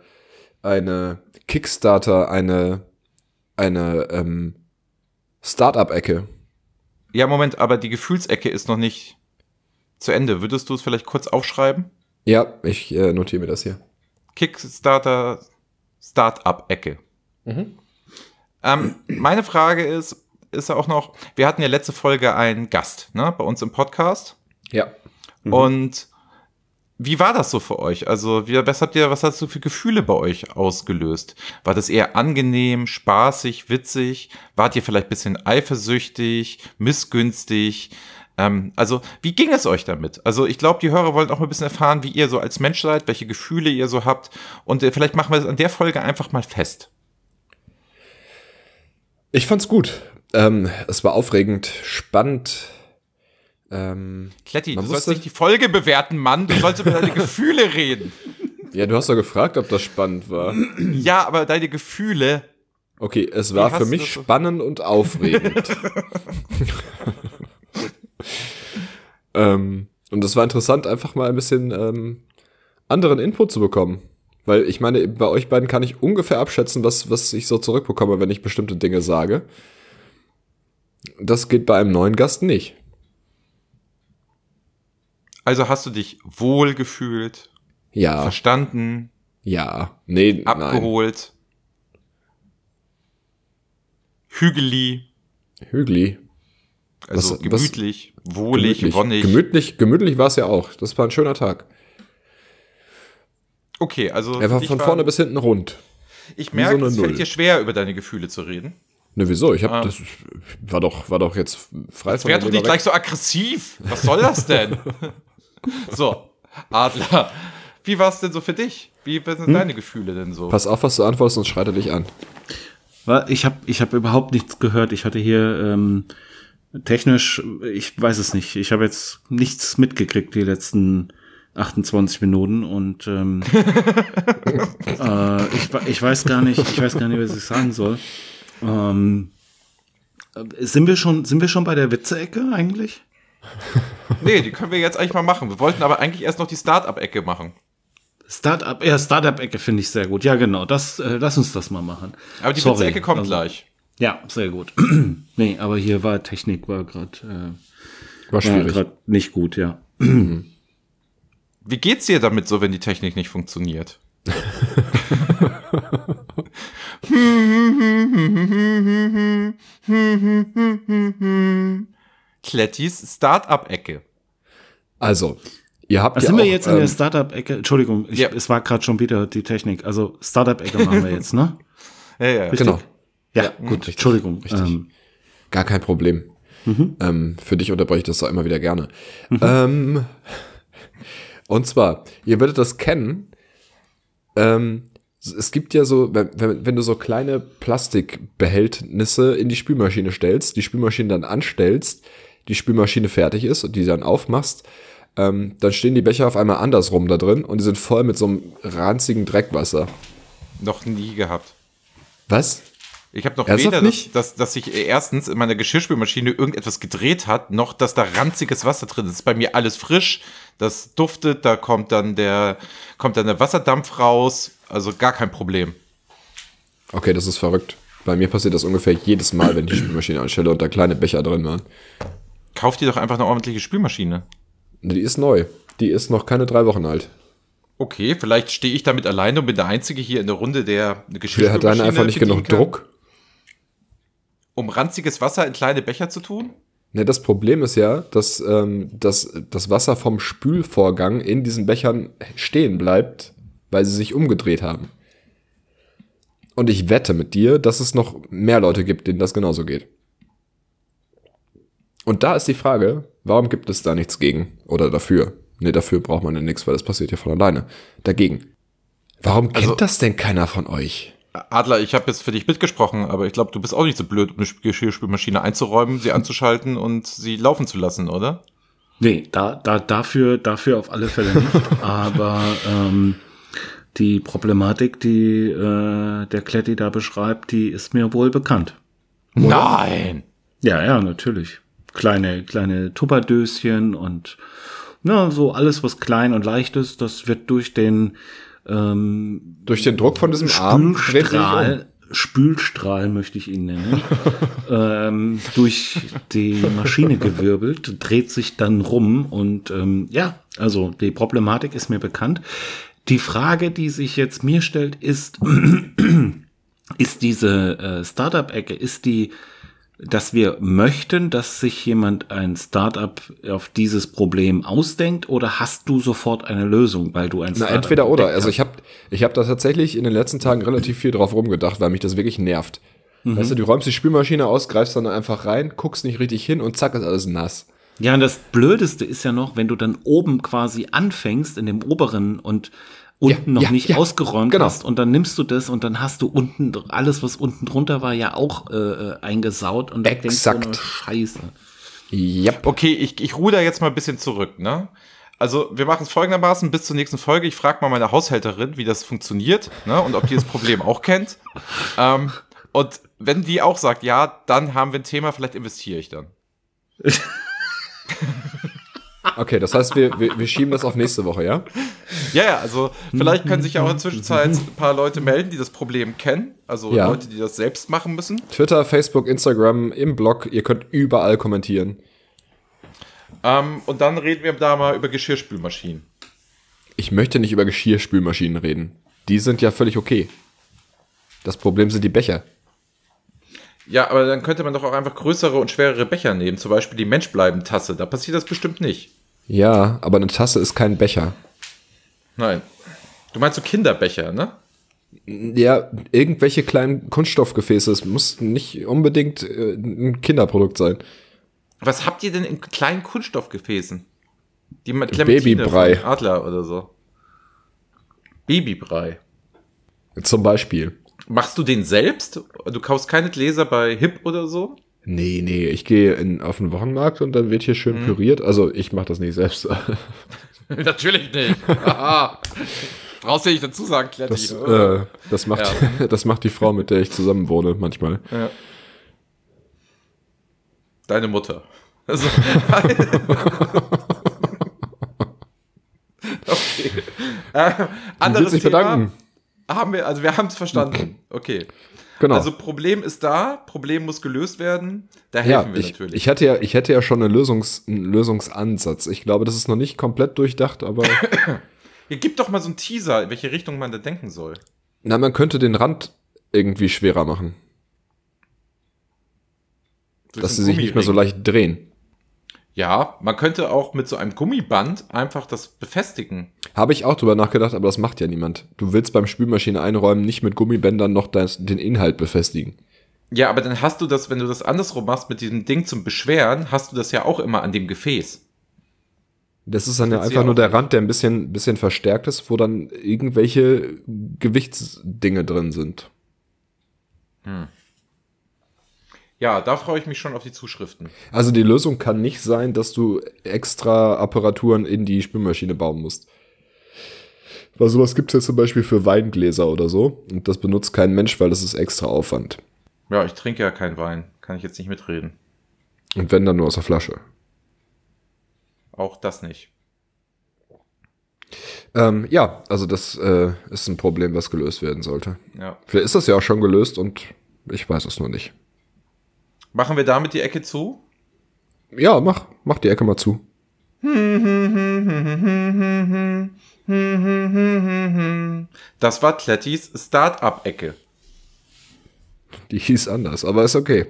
S1: eine Kickstarter, eine, eine ähm, Startup-Ecke.
S2: Ja, Moment, aber die Gefühlsecke ist noch nicht zu Ende. Würdest du es vielleicht kurz aufschreiben?
S1: Ja, ich äh, notiere mir das hier.
S2: Kickstarter Startup-Ecke. Mhm. Ähm, meine Frage ist, ist auch noch, wir hatten ja letzte Folge einen Gast ne, bei uns im Podcast.
S1: Ja.
S2: Und wie war das so für euch? Also, wie, was habt ihr, was hast du für Gefühle bei euch ausgelöst? War das eher angenehm, spaßig, witzig? Wart ihr vielleicht ein bisschen eifersüchtig, missgünstig? Ähm, also, wie ging es euch damit? Also, ich glaube, die Hörer wollen auch mal ein bisschen erfahren, wie ihr so als Mensch seid, welche Gefühle ihr so habt. Und äh, vielleicht machen wir das an der Folge einfach mal fest.
S1: Ich fand's gut. Ähm, es war aufregend, spannend. Ähm,
S2: Kletti,
S1: Man
S2: du sollst
S1: wusste-
S2: nicht die Folge bewerten, Mann. Du sollst über deine Gefühle reden.
S1: ja, du hast doch gefragt, ob das spannend war.
S2: Ja, aber deine Gefühle.
S1: Okay, es war
S2: hast
S1: für
S2: du
S1: mich
S2: das so-
S1: spannend und aufregend. ähm, und es war interessant, einfach mal ein bisschen ähm, anderen Input zu bekommen. Weil ich meine, bei euch beiden kann ich ungefähr abschätzen, was, was ich so zurückbekomme, wenn ich bestimmte Dinge sage. Das geht bei einem neuen Gast nicht.
S2: Also hast du dich wohl gefühlt,
S1: Ja,
S2: verstanden,
S1: ja. Nee, Ah. nein.
S2: abgeholt. Hügeli,
S1: Hügli.
S2: also
S1: Was- was-
S2: gemütlich, wohlig, wonnig.
S1: Gemütlich, gemütlich war es ja auch. Das war ein schöner Tag.
S2: okay, also
S1: Er war
S2: ich
S1: von vorne bis hinten rund.
S2: Ich
S1: wie so
S2: merke,
S1: eine
S2: es
S1: Null.
S2: fällt dir schwer, über deine Gefühle zu reden.
S1: Ne, wieso? Ich hab,
S2: Ah.
S1: das war doch, war doch jetzt frei
S2: Jetzt werd doch
S1: der
S2: nicht
S1: Leber
S2: gleich
S1: weg.
S2: so aggressiv. Was soll das denn? so, Adler, wie war es denn so für dich? Wie sind deine Gefühle denn so?
S1: Hm? Pass auf, was du antwortest, sonst schreit er dich an.
S3: Wa- Ich habe ich hab überhaupt nichts gehört. Ich hatte hier ähm, technisch, ich weiß es nicht. Ich habe jetzt nichts mitgekriegt die letzten 28 Minuten und ähm, äh, ich, we- ich weiß gar nicht, ich weiß gar nicht, was ich sagen soll. Ähm, äh, sind wir schon, sind wir schon bei der Witze-Ecke eigentlich?
S2: Nee, die können wir jetzt eigentlich mal machen. Wir wollten aber eigentlich erst noch die Start-up-Ecke machen.
S3: Startup, ja, Startup-Ecke finde ich sehr gut. Ja, genau. Das, äh, lass uns das mal machen.
S2: Aber die
S3: Sorry.
S2: Witze-Ecke kommt
S3: Also,
S2: gleich.
S3: Ja, sehr gut. nee, aber hier war Technik, war gerade
S1: War
S3: äh, war
S1: schwierig.
S3: grad nicht gut, ja.
S2: Wie geht's dir damit so, wenn die Technik nicht funktioniert? Klettis Start-up-Ecke.
S1: also, ihr habt
S3: Was
S1: ja
S3: sind wir
S1: auch,
S3: jetzt in der
S1: ähm,
S3: Startup-Ecke? Entschuldigung, ich,
S2: Ja.
S3: es war gerade schon wieder die Technik. Also Startup-Ecke machen wir jetzt, ne?
S2: Ja, ja.
S3: Richtig?
S1: Genau.
S3: Ja,
S1: gut,
S3: gut,
S1: richtig,
S3: Entschuldigung.
S1: richtig.
S3: Ähm,
S1: Gar kein Problem. Ähm, für dich unterbreche ich das auch immer wieder gerne. Ähm, und zwar, ihr werdet das kennen. Ähm, es gibt ja so, wenn, wenn, wenn du so kleine Plastikbehältnisse in die Spülmaschine stellst, die Spülmaschine dann anstellst, die Spülmaschine fertig ist und die dann aufmachst, ähm, dann stehen die Becher auf einmal andersrum da drin und die sind voll mit so einem ranzigen Dreckwasser.
S2: Noch nie gehabt.
S1: Was?
S2: Ich habe noch
S1: Ernsthaft
S2: weder, dass,
S1: nicht?
S2: dass, dass ich erstens in meiner Geschirrspülmaschine irgendetwas gedreht hat, noch dass da ranziges Wasser drin ist. ist bei mir alles frisch, das duftet, da kommt dann der, kommt dann der Wasserdampf raus. Also gar kein Problem.
S1: Okay, das ist verrückt. Bei mir passiert das ungefähr jedes Mal, wenn ich die Spülmaschine anstelle und da kleine Becher drin waren.
S2: Kauf dir doch einfach eine ordentliche Spülmaschine.
S1: Die ist neu. Die ist noch keine drei Wochen alt.
S2: Okay, vielleicht stehe ich damit alleine und bin der Einzige hier in der Runde, der eine
S1: Der
S2: Geschirrspülmaschine
S1: hat deine einfach nicht
S2: bedienen
S1: genug
S2: kann,
S1: Druck.
S2: Um ranziges Wasser in kleine Becher zu tun?
S1: Ne, das Problem ist ja, dass, ähm, dass das Wasser vom Spülvorgang in diesen Bechern stehen bleibt, weil sie sich umgedreht haben. Und ich wette mit dir, dass es noch mehr Leute gibt, denen das genauso geht. Und da ist die Frage, warum gibt es da nichts gegen oder dafür? Ne, dafür braucht man ja nichts, weil das passiert ja von alleine. Dagegen. Warum kennt das denn keiner von euch?
S2: Adler, ich habe jetzt für dich mitgesprochen, aber ich glaube, du bist auch nicht so blöd, um eine Sp- Geschirrspülmaschine einzuräumen, sie anzuschalten und sie laufen zu lassen, oder?
S3: nee, da, da, dafür, dafür auf alle Fälle nicht. Aber ähm, die Problematik, die äh, der Kletti da beschreibt, die ist mir wohl bekannt.
S2: Nein!
S3: Ja, ja, natürlich. Kleine, kleine Tupperdöschen und na, so alles, was klein und leicht ist, das wird durch den ähm,
S1: Durch den Druck von diesem Arm dreht sich um.
S3: Spülstrahl, Spülstrahl möchte ich ihn nennen, ähm, durch die Maschine gewirbelt, dreht sich dann rum und ähm, ja, also die Problematik ist mir bekannt. Die Frage, die sich jetzt mir stellt, ist, ist diese äh, Startup-Ecke, ist die, dass wir möchten, dass sich jemand ein Startup auf dieses Problem ausdenkt oder hast du sofort eine Lösung, weil du ein
S1: Na,
S3: Startup
S1: entweder oder.
S3: entdeckt
S1: Also ich habe ich hab da tatsächlich in den letzten Tagen relativ viel drauf rumgedacht, weil mich das wirklich nervt. Weißt du, du räumst die Spülmaschine aus, greifst dann einfach rein, guckst nicht richtig hin und zack, ist alles nass.
S3: Ja, und das Blödeste ist ja noch, wenn du dann oben quasi anfängst in dem oberen und unten noch
S1: ja,
S3: nicht
S1: ja,
S3: ausgeräumt
S1: genau.
S3: hast und dann nimmst du das und dann hast du unten dr- alles, was unten drunter war, ja auch äh, äh, eingesaut und dann denkst du,
S1: Exakt.
S3: nur, Scheiße.
S1: Ja.
S2: Okay, ich, ich ruder jetzt mal ein bisschen zurück, ne? Also, wir machen es folgendermaßen bis zur nächsten Folge. Ich frage mal meine Haushälterin, wie das funktioniert, ne? Und ob die das Problem auch kennt. Ähm, und wenn die auch sagt, ja, dann haben wir ein Thema, vielleicht investiere ich dann.
S1: Okay, das heißt, wir, wir, wir schieben das auf nächste Woche, ja?
S2: Ja, ja, also vielleicht können sich ja auch in der Zwischenzeit ein paar Leute melden, die das Problem kennen. Also
S1: Ja.
S2: Leute, die das selbst machen müssen.
S1: Twitter, Facebook, Instagram, im Blog, ihr könnt überall kommentieren.
S2: Ähm, und dann reden wir da mal über Geschirrspülmaschinen.
S1: Ich möchte nicht über Geschirrspülmaschinen reden. Die sind ja völlig okay. Das Problem sind die Becher.
S2: Ja, aber dann könnte man doch auch einfach größere und schwerere Becher nehmen. Zum Beispiel die Menschbleiben-Tasse. Da passiert das bestimmt nicht.
S1: Ja, aber eine Tasse ist kein Becher.
S2: Nein. Du meinst so Kinderbecher, ne?
S1: Ja, irgendwelche kleinen Kunststoffgefäße. Es muss nicht unbedingt äh, ein Kinderprodukt sein.
S2: Was habt ihr denn in kleinen Kunststoffgefäßen? Die mit
S1: Babybrei.
S2: von Adler oder so. Babybrei.
S1: Zum Beispiel.
S2: Machst du den selbst? Du kaufst keine Gläser bei Hip oder so?
S1: Nee, nee, ich gehe in, auf den Wochenmarkt und dann wird hier schön
S2: Mhm.
S1: püriert. Also ich mache das nicht selbst.
S2: Natürlich nicht. Aha. Brauchst du nicht dazu sagen, Kletti.
S1: Das, äh, das, macht,
S2: Ja.
S1: das macht die Frau, mit der ich zusammen wohne, manchmal.
S2: Deine Mutter. Also, okay. Äh,
S1: Will
S2: anderes
S1: sich
S2: Thema.
S1: bedanken.
S2: Haben wir, also wir haben es verstanden. Okay.
S1: Genau.
S2: Also Problem ist da, Problem muss gelöst werden. Da
S1: ja,
S2: helfen wir
S1: ich,
S2: natürlich.
S1: ich hätte ja, ich hätte ja schon eine Lösungs, einen Lösungsansatz. Ich glaube, das ist noch nicht komplett durchdacht, aber
S2: Ihr gebt doch mal so einen Teaser, in welche Richtung man da denken soll.
S1: na, man könnte den Rand irgendwie schwerer machen,
S2: Durch
S1: dass
S2: so
S1: sie
S2: einen
S1: sich nicht mehr so
S2: Gummiring.
S1: leicht drehen.
S2: Ja, man könnte auch mit so einem Gummiband einfach das befestigen.
S1: Habe ich auch drüber nachgedacht, aber das macht ja niemand. Du willst beim Spülmaschine einräumen nicht mit Gummibändern noch das, den Inhalt befestigen.
S2: Ja, aber dann hast du das, wenn du das andersrum machst mit diesem Ding zum Beschweren, hast du das ja auch immer an dem Gefäß.
S1: Das ist dann ja
S2: Kannst
S1: einfach
S2: du ja
S1: nur
S2: auch
S1: der Rand, der ein bisschen, bisschen verstärkt ist, wo dann irgendwelche Gewichtsdinge drin sind.
S2: Ja, da freue ich mich schon auf die Zuschriften.
S1: Also die Lösung kann nicht sein, dass du extra Apparaturen in die Spülmaschine bauen musst. Weil sowas gibt es ja zum Beispiel für Weingläser oder so. Und das benutzt kein Mensch, weil das ist extra Aufwand.
S2: Ja, ich trinke ja keinen Wein. Kann ich jetzt nicht mitreden.
S1: Und wenn dann nur aus der Flasche.
S2: Auch das nicht.
S1: Ähm, ja, also das äh, ist ein Problem, was gelöst werden sollte.
S2: Ja.
S1: Vielleicht ist das ja auch schon gelöst und ich weiß es nur nicht.
S2: Machen wir damit die Ecke zu?
S1: Ja, mach, mach die Ecke mal zu.
S2: Das war Klettis Start-up-Ecke.
S1: Die hieß anders, aber ist okay.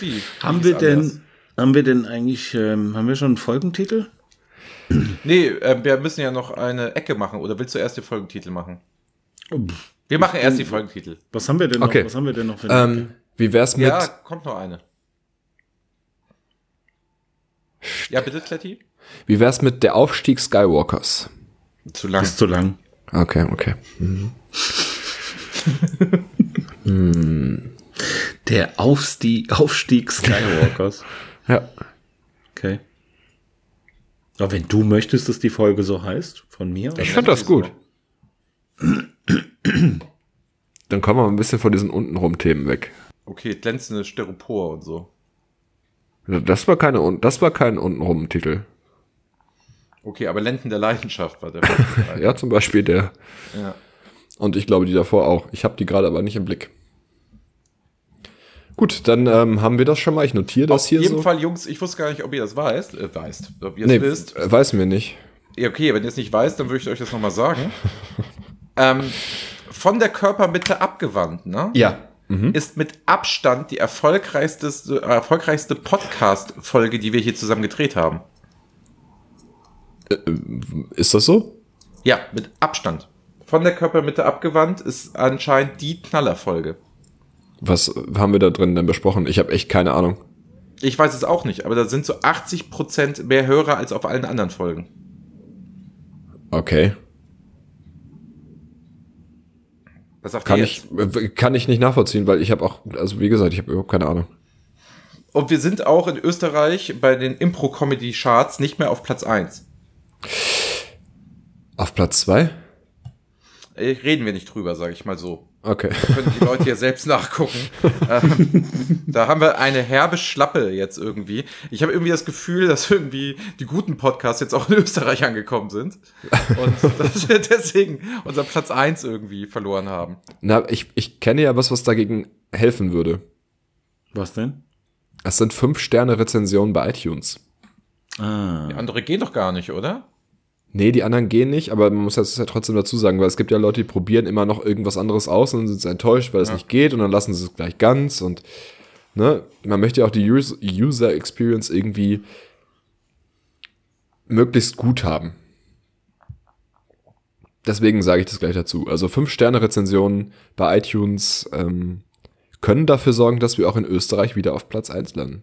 S2: Die
S3: Haben
S2: hieß
S3: wir denn,
S2: anders.
S3: haben wir denn eigentlich, ähm, haben wir schon einen Folgentitel?
S2: Nee, äh, wir müssen ja noch eine Ecke machen. Oder willst du erst den Folgentitel machen? Wir machen erst die Folgentitel.
S3: Was haben wir denn
S1: Okay.
S3: noch? Was haben wir denn noch für
S1: Ähm, wie wär's mit
S2: Ja, kommt noch eine. Ja, bitte, Kletti?
S1: wie wär's mit der Aufstieg Skywalkers?
S2: Zu lang.
S3: Ist zu lang.
S1: Okay, okay.
S3: Der Aufstieg, Aufstieg Skywalkers.
S1: Ja.
S3: Okay. Aber wenn du möchtest, dass die Folge so heißt, von mir?
S1: Ich fand das gut. Dann kommen wir ein bisschen von diesen untenrum Themen weg.
S2: Okay, glänzende Styropor und so.
S1: Das war keine Un- das war kein untenrum Titel.
S2: Okay, aber Lenden der Leidenschaft war der.
S1: Ja, zum Beispiel der.
S2: Ja.
S1: Und ich glaube die davor auch. Ich habe die gerade aber nicht im Blick. Gut, dann ähm, haben wir das schon mal. Ich notiere das
S2: Auf
S1: hier
S2: jeden
S1: so.
S2: Fall, Jungs, ich wusste gar nicht, ob ihr das weißt. Äh, weißt. Ob ihr es
S1: nee,
S2: wisst.
S1: äh, weiß mir nicht.
S2: Ja, okay, wenn ihr es nicht weißt, dann würde ich euch das nochmal sagen. ähm, von der Körpermitte abgewandt, ne?
S1: Ja.
S2: Ist mit Abstand die erfolgreichste, erfolgreichste Podcast-Folge, die wir hier zusammen gedreht haben.
S1: Ist das so?
S2: Ja, mit Abstand. Von der Körpermitte abgewandt ist anscheinend die Knallerfolge.
S1: Was äh, haben wir da drin denn besprochen? Ich habe echt keine Ahnung.
S2: Ich weiß es auch nicht, aber da sind so 80% mehr Hörer als auf allen anderen Folgen.
S1: Okay.
S2: Was sagt
S1: Kann
S2: ihr
S1: ich, kann ich nicht nachvollziehen, weil ich habe auch, also wie gesagt, ich habe überhaupt keine Ahnung.
S2: Und wir sind auch in Österreich bei den Impro-Comedy-Charts nicht mehr auf Platz 1.
S1: Auf Platz zwei?
S2: Äh, Reden wir nicht drüber, sage ich mal so.
S1: Okay.
S2: Können die Leute ja selbst nachgucken. ähm, da haben wir eine herbe Schlappe jetzt irgendwie. Ich habe irgendwie das Gefühl, dass irgendwie die guten Podcasts jetzt auch in Österreich angekommen sind. Und dass wir deswegen unser Platz 1 irgendwie verloren haben.
S1: Na, ich, ich kenne ja was, was dagegen helfen würde.
S5: Was denn?
S1: Es sind 5-Sterne-Rezensionen bei iTunes.
S5: Ah.
S2: Die andere gehen doch gar nicht, oder?
S1: Nee, die anderen gehen nicht, aber man muss das ja trotzdem dazu sagen, weil es gibt ja Leute, die probieren immer noch irgendwas anderes aus und dann sind sie enttäuscht, weil es nicht geht und dann lassen sie es gleich ganz und ne, man möchte ja auch die Us- User Experience irgendwie möglichst gut haben. Deswegen sage ich das gleich dazu. Also 5-Sterne-Rezensionen bei iTunes ähm, können dafür sorgen, dass wir auch in Österreich wieder auf Platz 1 landen.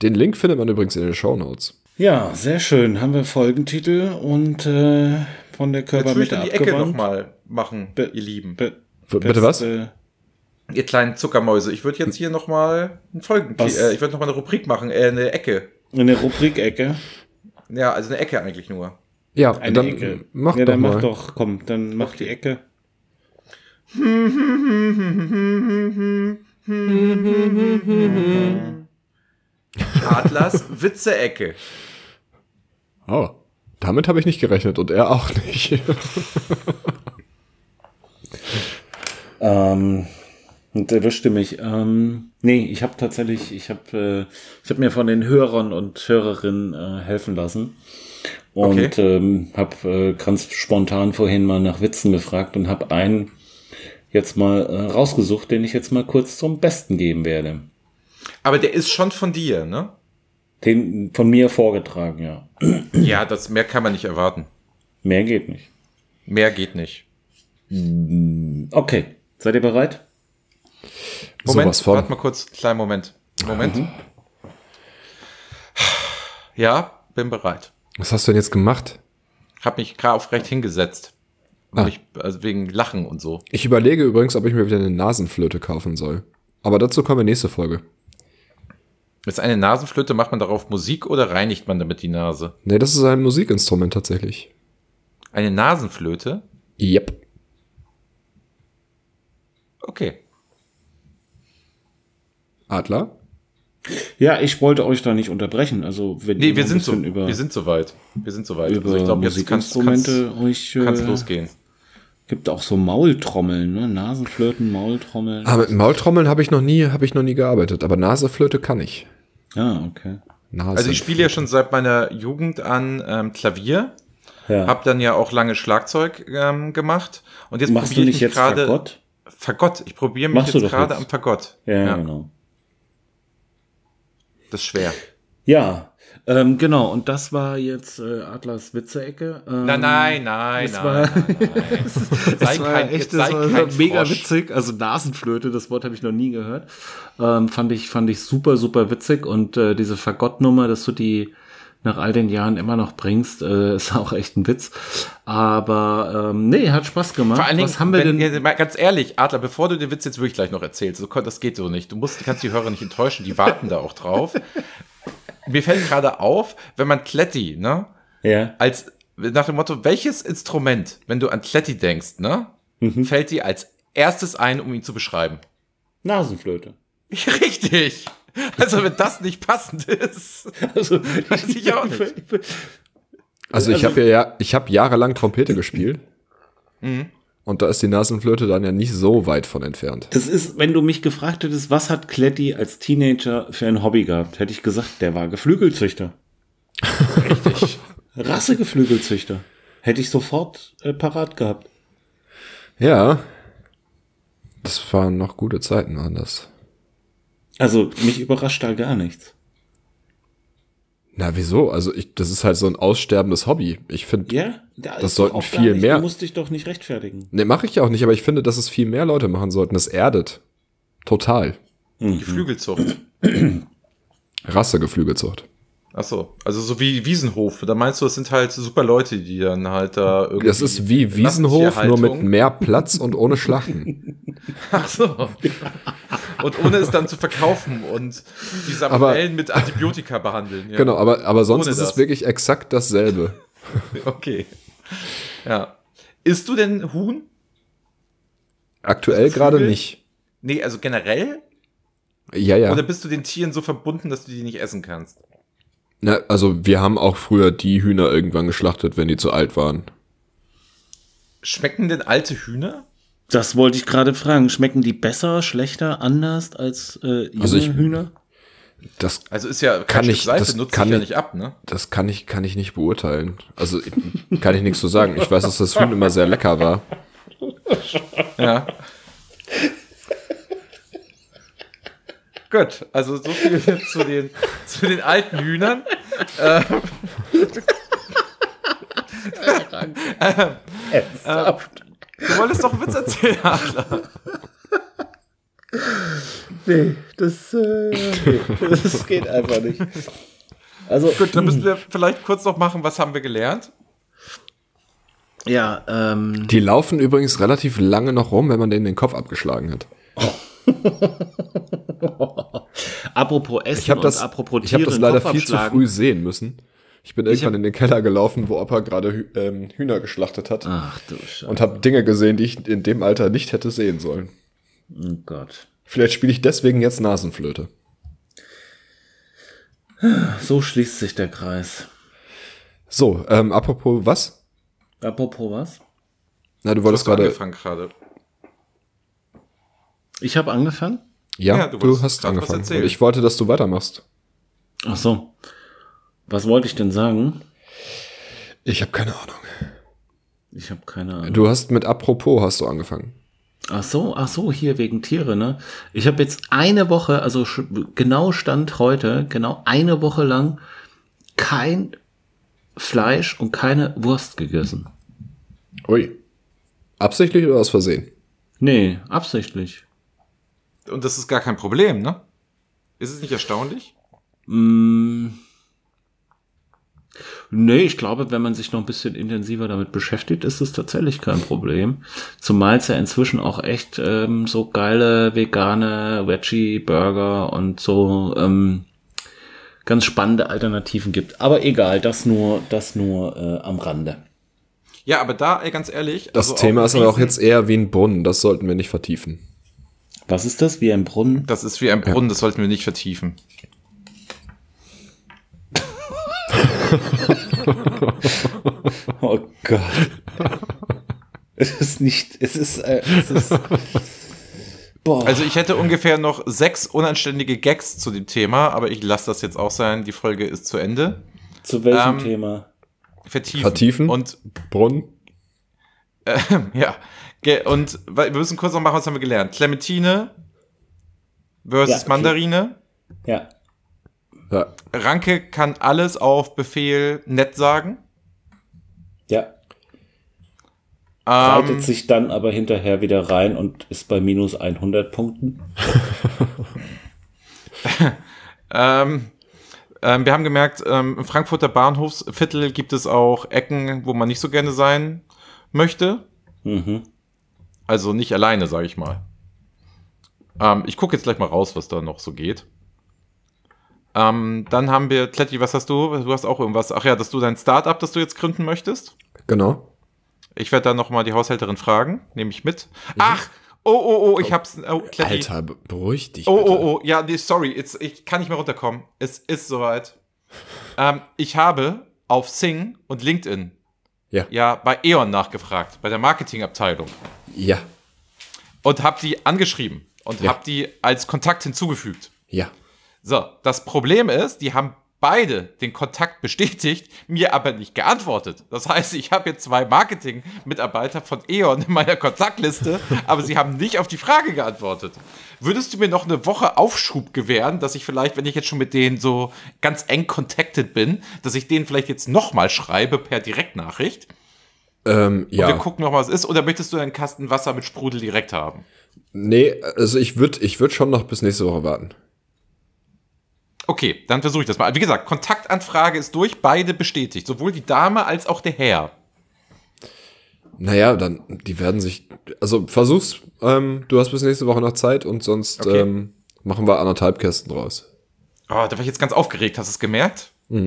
S1: Den Link findet man übrigens in den Show Notes.
S5: Ja, sehr schön. Haben wir Folgentitel und äh, von
S2: Jetzt würde
S5: der
S2: ich
S5: Körpermitte
S2: dann die Ecke
S5: abgewandt.
S2: nochmal machen,
S5: Be-
S2: ihr Lieben.
S5: Be-
S1: W- bitte was?
S5: beste-
S2: Ihr kleinen Zuckermäuse. Ich würde jetzt hier nochmal einen Folgen,
S5: Was?
S2: äh, ich würde nochmal eine Rubrik machen, äh, eine Ecke.
S5: In der Rubrik-Ecke.
S2: Ja, also eine Ecke eigentlich nur.
S1: Ja,
S5: Eine
S1: dann
S5: Ecke.
S1: mach
S5: ja,
S1: doch
S5: dann
S1: mal.
S5: mach doch. Komm, dann mach die Ecke.
S2: Adlers Witze-Ecke.
S1: Oh, damit habe ich nicht gerechnet und er auch nicht.
S5: Ähm, und erwischte mich. Ähm, nee, ich habe tatsächlich, ich habe äh, ich hab mir von den Hörern und Hörerinnen äh, helfen lassen. Und
S2: Okay.
S5: ähm, habe äh, ganz spontan vorhin mal nach Witzen gefragt und habe einen jetzt mal äh, rausgesucht, den ich jetzt mal kurz zum Besten geben werde.
S2: Aber der ist schon von dir, ne?
S5: Den von mir vorgetragen, ja.
S2: Ja, das mehr kann man nicht erwarten.
S5: Mehr geht nicht.
S2: Mehr geht nicht.
S5: Okay, seid ihr bereit?
S2: Moment,
S1: Sowas von.
S2: warte mal kurz, kleinen Moment. Moment. Ja, bin bereit.
S1: Was hast du denn jetzt gemacht?
S2: Hab mich gerade aufrecht hingesetzt. Und
S1: Ah.
S2: mich, also wegen Lachen und so.
S1: Ich überlege übrigens, ob ich mir wieder eine Nasenflöte kaufen soll. Aber dazu kommen wir nächste Folge.
S2: Ist eine Nasenflöte, macht man darauf Musik oder reinigt man damit die Nase?
S1: Nee, das ist ein Musikinstrument tatsächlich.
S2: Eine Nasenflöte?
S1: Yep.
S2: Okay.
S1: Adler?
S5: Ja, ich wollte euch da nicht unterbrechen. Also wenn ihr
S2: Nee, wir
S5: ein
S2: sind, so,
S5: bisschen über,
S2: wir sind soweit. Wir sind soweit.
S5: über
S2: glaub, kann's-
S5: Musikinstrumente euch
S2: kann's, kann's
S5: äh,
S2: losgehen.
S5: Gibt auch so Maultrommeln, ne? Nasenflöten, Maultrommeln.
S1: Ah, mit Maultrommeln habe ich noch nie, habe ich noch nie gearbeitet, aber Naseflöte kann ich.
S5: Ah, okay.
S1: Nase.
S2: Also ich spiele ja schon seit meiner Jugend an ähm, Klavier,
S5: Ja.
S2: habe dann ja auch lange Schlagzeug ähm, gemacht und jetzt
S5: Machst
S2: probiere
S5: du
S2: ich
S5: nicht
S2: mich
S5: jetzt
S2: gerade
S5: Fagott?
S2: Fagott. Ich probiere mich
S5: Machst du
S2: jetzt
S5: doch
S2: gerade
S5: jetzt.
S2: am Fagott.
S5: Ja, ja, genau.
S2: Das ist schwer.
S5: Ja, ähm, genau. Und das war jetzt äh, Atlas Witze-Ecke. Ähm,
S2: Nein, nein, nein,
S5: es
S2: nein,
S5: war-
S2: nein, nein. Sei
S5: Das war
S2: kein,
S5: echt,
S2: jetzt
S5: das
S2: sei
S5: war
S2: kein
S5: mega
S2: Frosch.
S5: witzig. Also Nasenflöte, das Wort habe ich noch nie gehört. Ähm, fand ich fand ich super super witzig und äh, diese Fagottnummer, dass du die nach all den Jahren immer noch bringst, äh, ist auch echt ein Witz. Aber ähm, nee, hat Spaß gemacht.
S2: Vor allen Dingen,
S5: Was haben wir
S2: wenn,
S5: denn?
S2: ihr- mal ganz ehrlich, Adler, bevor du den Witz jetzt wirklich gleich noch erzählst, so, das geht so nicht. Du musst, du kannst die Hörer nicht enttäuschen, die warten da auch drauf. Mir fällt gerade auf, wenn man Kletti, ne,
S5: ja.
S2: als nach dem Motto, welches Instrument, wenn du an Kletti denkst, ne,
S1: Mhm.
S2: fällt dir als erstes ein, um ihn zu beschreiben?
S5: Nasenflöte.
S2: Richtig. Also wenn das nicht passend ist.
S5: Also,
S2: Weiß ich auch nicht.
S1: also ich habe ja, ja, ich habe jahrelang Trompete gespielt.
S2: Mhm.
S1: Und da ist die Nasenflöte dann ja nicht so weit von entfernt.
S5: Das ist, wenn du mich gefragt hättest, was hat Kletti als Teenager für ein Hobby gehabt, hätte ich gesagt, der war Geflügelzüchter. Richtig. Rassegeflügelzüchter. Hätte ich sofort äh, parat gehabt.
S1: Ja. Das waren noch gute Zeiten, waren das.
S5: Also, mich überrascht da gar nichts.
S1: Na, wieso? Also ich, das ist halt so ein aussterbendes Hobby. Ich finde,
S5: Ja? Da
S1: Das
S5: ist
S1: sollten
S5: doch auch gar
S1: viel
S5: nicht,
S1: mehr-
S5: Du musst dich doch nicht rechtfertigen.
S1: Ne, mache ich ja auch nicht, aber ich finde, dass es viel mehr Leute machen sollten. Das erdet. Total. Mhm.
S2: Geflügelzucht.
S1: Rassegeflügelzucht.
S2: Ach so, also so wie Wiesenhof. Da meinst du, es sind halt super Leute, die dann halt da irgendwie.
S1: Das ist wie Wiesenhof, nur mit mehr Platz und ohne Schlachten.
S2: Ach so. Und ohne es dann zu verkaufen und die Salmonellen mit Antibiotika behandeln. Ja.
S1: Genau, aber, aber sonst
S2: Ohne
S1: ist
S2: das.
S1: es wirklich exakt dasselbe.
S2: Okay. Ja. Isst du denn Huhn?
S1: Aktuell
S2: Ist das
S1: gerade
S2: Vögel?
S1: nicht.
S2: Nee, also generell?
S1: Ja, ja.
S2: Oder bist du den Tieren so verbunden, dass du die nicht essen kannst?
S1: Na, also wir haben auch früher die Hühner irgendwann geschlachtet, wenn die zu alt waren.
S2: Schmecken denn alte Hühner?
S5: Das wollte ich gerade fragen. Schmecken die besser, schlechter, anders als äh, junge
S1: Also ich-
S5: Hühner?
S1: Das,
S2: Also ist ja kein
S1: Kann
S2: Stück
S1: ich-
S2: Seife
S1: das
S2: nutzt
S1: kann
S2: sich ja
S1: ich-
S2: nicht ab, ne?
S1: das kann ich, kann ich nicht beurteilen. Also ich- kann ich nichts zu sagen. Ich weiß, dass das Huhn immer sehr lecker war.
S2: Ja. Gut, also so viel zu den, zu den alten Hühnern. Ähm, Ähm, ähm, du wolltest doch einen Witz erzählen, Adler.
S5: Nee, das, äh, nee, das geht einfach nicht. Also,
S2: Gut, dann müssen wir vielleicht kurz noch machen, was haben wir gelernt?
S5: ja, ähm,
S1: Die laufen übrigens relativ lange noch rum, wenn man denen den Kopf abgeschlagen hat.
S5: apropos Essen
S1: Ich habe das,
S5: und apropos
S1: ich hab das
S5: den
S1: leider
S5: Kopf
S1: viel zu
S5: abschlagen.
S1: früh sehen müssen. Ich bin irgendwann
S2: hab-
S1: in den Keller gelaufen, wo Opa gerade Hü ähm, Hühner geschlachtet hat
S5: Ach du Scheiße.
S1: und habe Dinge gesehen, die ich in dem Alter nicht hätte sehen sollen.
S5: Oh Gott.
S1: Vielleicht spiele ich deswegen jetzt Nasenflöte.
S5: So schließt sich der Kreis.
S1: So, ähm, apropos was?
S5: Apropos was?
S1: Na, du wolltest
S2: Du hast
S1: gerade.
S2: angefangen gerade.
S5: Ich habe angefangen.
S1: Ja,
S2: Ja, du
S1: du,
S2: wolltest
S1: hast
S2: gerade was
S1: angefangen.
S2: erzählen.
S1: Und ich wollte, dass du weitermachst.
S5: Ach so. Was wollte ich denn sagen?
S1: Ich habe keine Ahnung.
S5: Ich habe keine Ahnung.
S1: Du hast mit apropos hast du angefangen.
S5: Ach so, ach so, hier wegen Tiere, ne? Ich habe jetzt eine Woche, also sch- genau Stand heute, genau eine Woche lang kein Fleisch und keine Wurst gegessen.
S1: Ui. Absichtlich oder aus Versehen?
S5: Nee, absichtlich.
S2: Und das ist gar kein Problem, ne? Ist es nicht erstaunlich?
S5: Nee, ich glaube, wenn man sich noch ein bisschen intensiver damit beschäftigt, ist es tatsächlich kein Problem. Zumal es ja inzwischen auch echt ähm, so geile vegane Veggie-Burger und so ähm, ganz spannende Alternativen gibt. Aber egal, das nur, das nur äh, am Rande.
S2: Ja, aber da, ey, ganz ehrlich.
S1: Das
S2: also
S1: Thema
S2: auch
S1: ist aber auch
S2: Riesen-
S1: jetzt eher wie ein Brunnen. Das sollten wir nicht vertiefen.
S5: Was ist das? Wie ein Brunnen?
S2: Das ist wie ein Brunnen, das sollten wir nicht vertiefen.
S5: Oh Gott. es ist nicht, es ist, äh, es ist, boah.
S2: Also ich hätte ungefähr noch sechs unanständige Gags zu dem Thema, aber ich lasse das jetzt auch sein. Die Folge ist zu Ende.
S5: zu
S2: ähm,
S5: welchem Thema?
S2: Vertiefen.
S1: Vertiefen?
S2: Und
S1: Brunnen?
S2: ja. Ge- Und wa- wir müssen kurz noch machen, was haben wir gelernt? Clementine versus
S5: Ja, okay.
S2: Mandarine.
S5: Ja.
S1: Ja.
S2: Ranke kann alles auf Befehl nett sagen.
S5: Ja.
S2: Ähm,
S3: Ähm,
S5: Reitet sich dann aber hinterher wieder rein und ist bei minus 100 Punkten.
S2: Ähm, ähm, wir haben gemerkt, ähm, im Frankfurter Bahnhofsviertel gibt es auch Ecken, wo man nicht so gerne sein möchte.
S5: Mhm.
S2: Also nicht alleine, sage ich mal. Ähm, ich gucke jetzt gleich mal raus, was da noch so geht. Ähm, dann haben wir, Kletti, was hast du? Du hast auch irgendwas. Ach ja, dass du dein Startup, das du jetzt gründen möchtest.
S1: Genau.
S2: Ich werde dann nochmal die Haushälterin fragen. Nehme ich mit. Ach, oh, oh, oh, ich hab's. Oh, Kletti.
S1: Alter, be- beruhig dich.
S2: Oh,
S1: bitte.
S2: oh, oh, ja, nee, sorry, jetzt, ich kann nicht mehr runterkommen. Es ist soweit. Ähm, ich habe auf Sing und LinkedIn
S1: Ja.
S2: ja bei E.ON nachgefragt, bei der Marketingabteilung.
S1: Ja.
S2: Und habe die angeschrieben und
S1: Ja.
S2: habe die als Kontakt hinzugefügt.
S1: Ja.
S2: So, das Problem ist, die haben beide den Kontakt bestätigt, mir aber nicht geantwortet. Das heißt, ich habe jetzt zwei Marketing-Mitarbeiter von E.ON in meiner Kontaktliste, aber sie haben nicht auf die Frage geantwortet. Würdest du mir noch eine Woche Aufschub gewähren, dass ich vielleicht, wenn ich jetzt schon mit denen so ganz eng connected bin, dass ich denen vielleicht jetzt nochmal schreibe per Direktnachricht?
S1: Ähm, ja.
S2: Und wir gucken nochmal, was ist. Oder möchtest du einen Kasten Wasser mit Sprudel direkt haben?
S1: Nee, also ich würde ich würd schon noch bis nächste Woche warten.
S2: Okay, dann versuche ich das mal. Wie gesagt, Kontaktanfrage ist durch, beide bestätigt. Sowohl die Dame als auch der Herr.
S1: Naja, dann, die werden sich. Also versuch's, ähm, du hast bis nächste Woche noch Zeit und sonst
S2: Okay.
S1: ähm, machen wir anderthalb Kästen draus.
S2: Oh, da war ich jetzt ganz aufgeregt. Hast du es gemerkt? Ich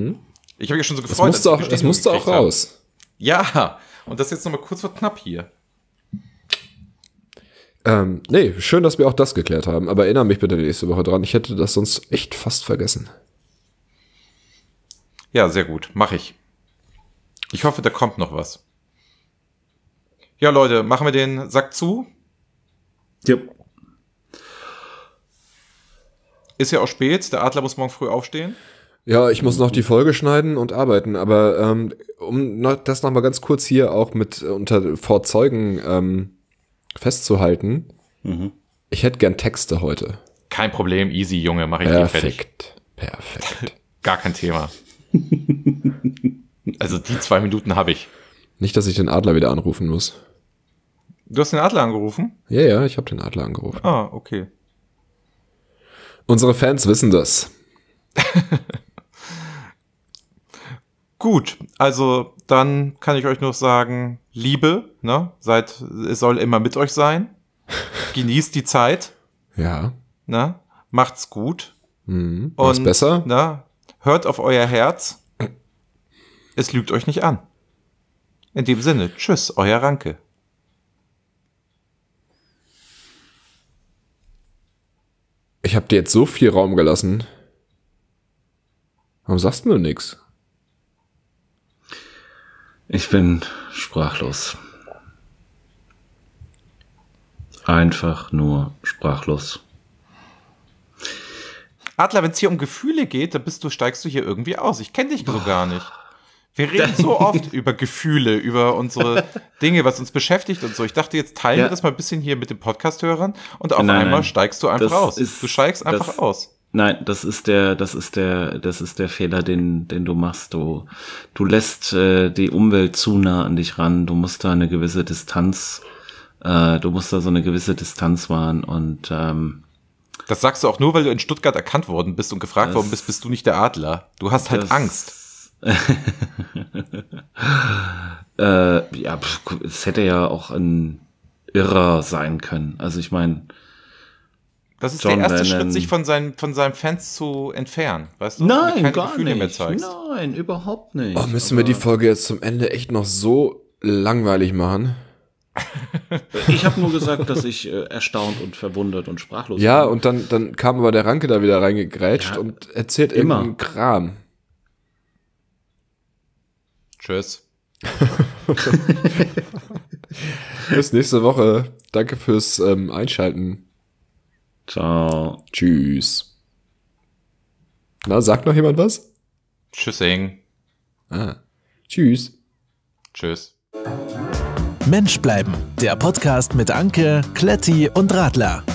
S2: habe mich schon so
S1: Mhm. Das
S2: gefreut.
S1: musste,
S2: als
S1: auch,
S2: ich die
S1: das
S2: Bestätigung
S1: musste auch
S2: gekriegt habe.
S1: raus.
S2: Ja, und das jetzt nochmal kurz vor knapp hier.
S1: Ähm, nee, schön, dass wir auch das geklärt haben, aber erinnere mich bitte nächste Woche dran. Ich hätte das sonst echt fast vergessen.
S2: Ja, sehr gut. Mache ich. Ich hoffe, da kommt noch was. Ja, Leute, machen wir den Sack zu.
S3: Ja.
S2: Ist ja auch spät. Der Adler muss morgen früh aufstehen.
S1: Ja, ich muss noch die Folge schneiden und arbeiten, aber ähm, um noch, das nochmal ganz kurz hier auch mit äh, unter vor Zeugen ähm, festzuhalten, ich hätte gern Texte heute.
S2: Kein Problem. Easy, Junge. Mache ich dir fertig.
S1: Perfekt. Perfekt.
S2: Gar kein Thema. also die zwei Minuten habe ich.
S1: Nicht, dass ich den Adler wieder anrufen muss.
S2: Du hast den Adler angerufen?
S1: Ja, ja, ich habe den Adler angerufen.
S2: Ah, okay.
S1: Unsere Fans wissen das.
S2: Gut, also dann kann ich euch nur sagen, Liebe, ne? Seid, es soll immer mit euch sein. Genießt die Zeit,
S1: Ja.
S2: ne? Macht's gut.
S1: Mhm.
S2: Und
S1: War's besser?
S2: Ne? Hört auf euer Herz. Es lügt euch nicht an. In dem Sinne, tschüss, euer Ranke.
S1: Ich habe dir jetzt so viel Raum gelassen. Warum sagst du mir nix?
S3: Ich bin sprachlos. Einfach nur sprachlos.
S2: Adler, wenn es hier um Gefühle geht, dann bist du, steigst du hier irgendwie aus. Ich kenne dich so gar nicht. Wir reden so oft über Gefühle, über unsere Dinge, was uns beschäftigt und so. Ich dachte, jetzt teilen wir
S3: Ja.
S2: das mal ein bisschen hier mit den Podcast-Hörern und auf
S3: Nein, nein.
S2: einmal steigst du einfach
S3: Das
S2: aus.
S3: ist-
S2: du steigst
S3: das-
S2: einfach aus.
S3: Nein, das ist der, das ist der, das ist der Fehler, den, den du machst. Du, du lässt äh, die Umwelt zu nah an dich ran. Du musst da eine gewisse Distanz, äh, du musst da so eine gewisse Distanz wahren und ähm,
S2: Das sagst du auch nur, weil du in Stuttgart erkannt worden bist und gefragt
S3: Das-
S2: worden bist, bist du nicht der Adler. Du hast halt
S3: das-
S2: Angst.
S3: äh, ja, pf, es hätte ja auch ein Irrer sein können. Also ich meine,
S2: Das ist
S3: John
S2: der erste
S3: Lennon.
S2: Schritt, sich von seinen, von seinen Fans zu entfernen, weißt du? Wenn du
S3: nein,
S2: keine
S3: gar
S2: Gefühle
S3: nicht.
S2: Mehr zeigst.
S3: nein, überhaupt nicht.
S1: Oh, müssen wir die Folge jetzt zum Ende echt noch so langweilig machen?
S3: Ich habe nur gesagt, dass ich äh, erstaunt und verwundert und sprachlos
S1: Ja,
S3: bin.
S1: und dann, dann kam aber der Ranke da wieder reingegrätscht
S3: Ja,
S1: und erzählt
S3: immer.
S1: irgendeinen Kram.
S2: Tschüss.
S1: Bis nächste Woche. Danke fürs ähm, Einschalten.
S3: Ciao.
S1: Tschüss. Na, sagt noch jemand was?
S2: Tschüssing.
S1: Ah. Tschüss.
S2: Tschüss.
S4: Mensch bleiben, der Podcast mit Anke, Kletti und Radler.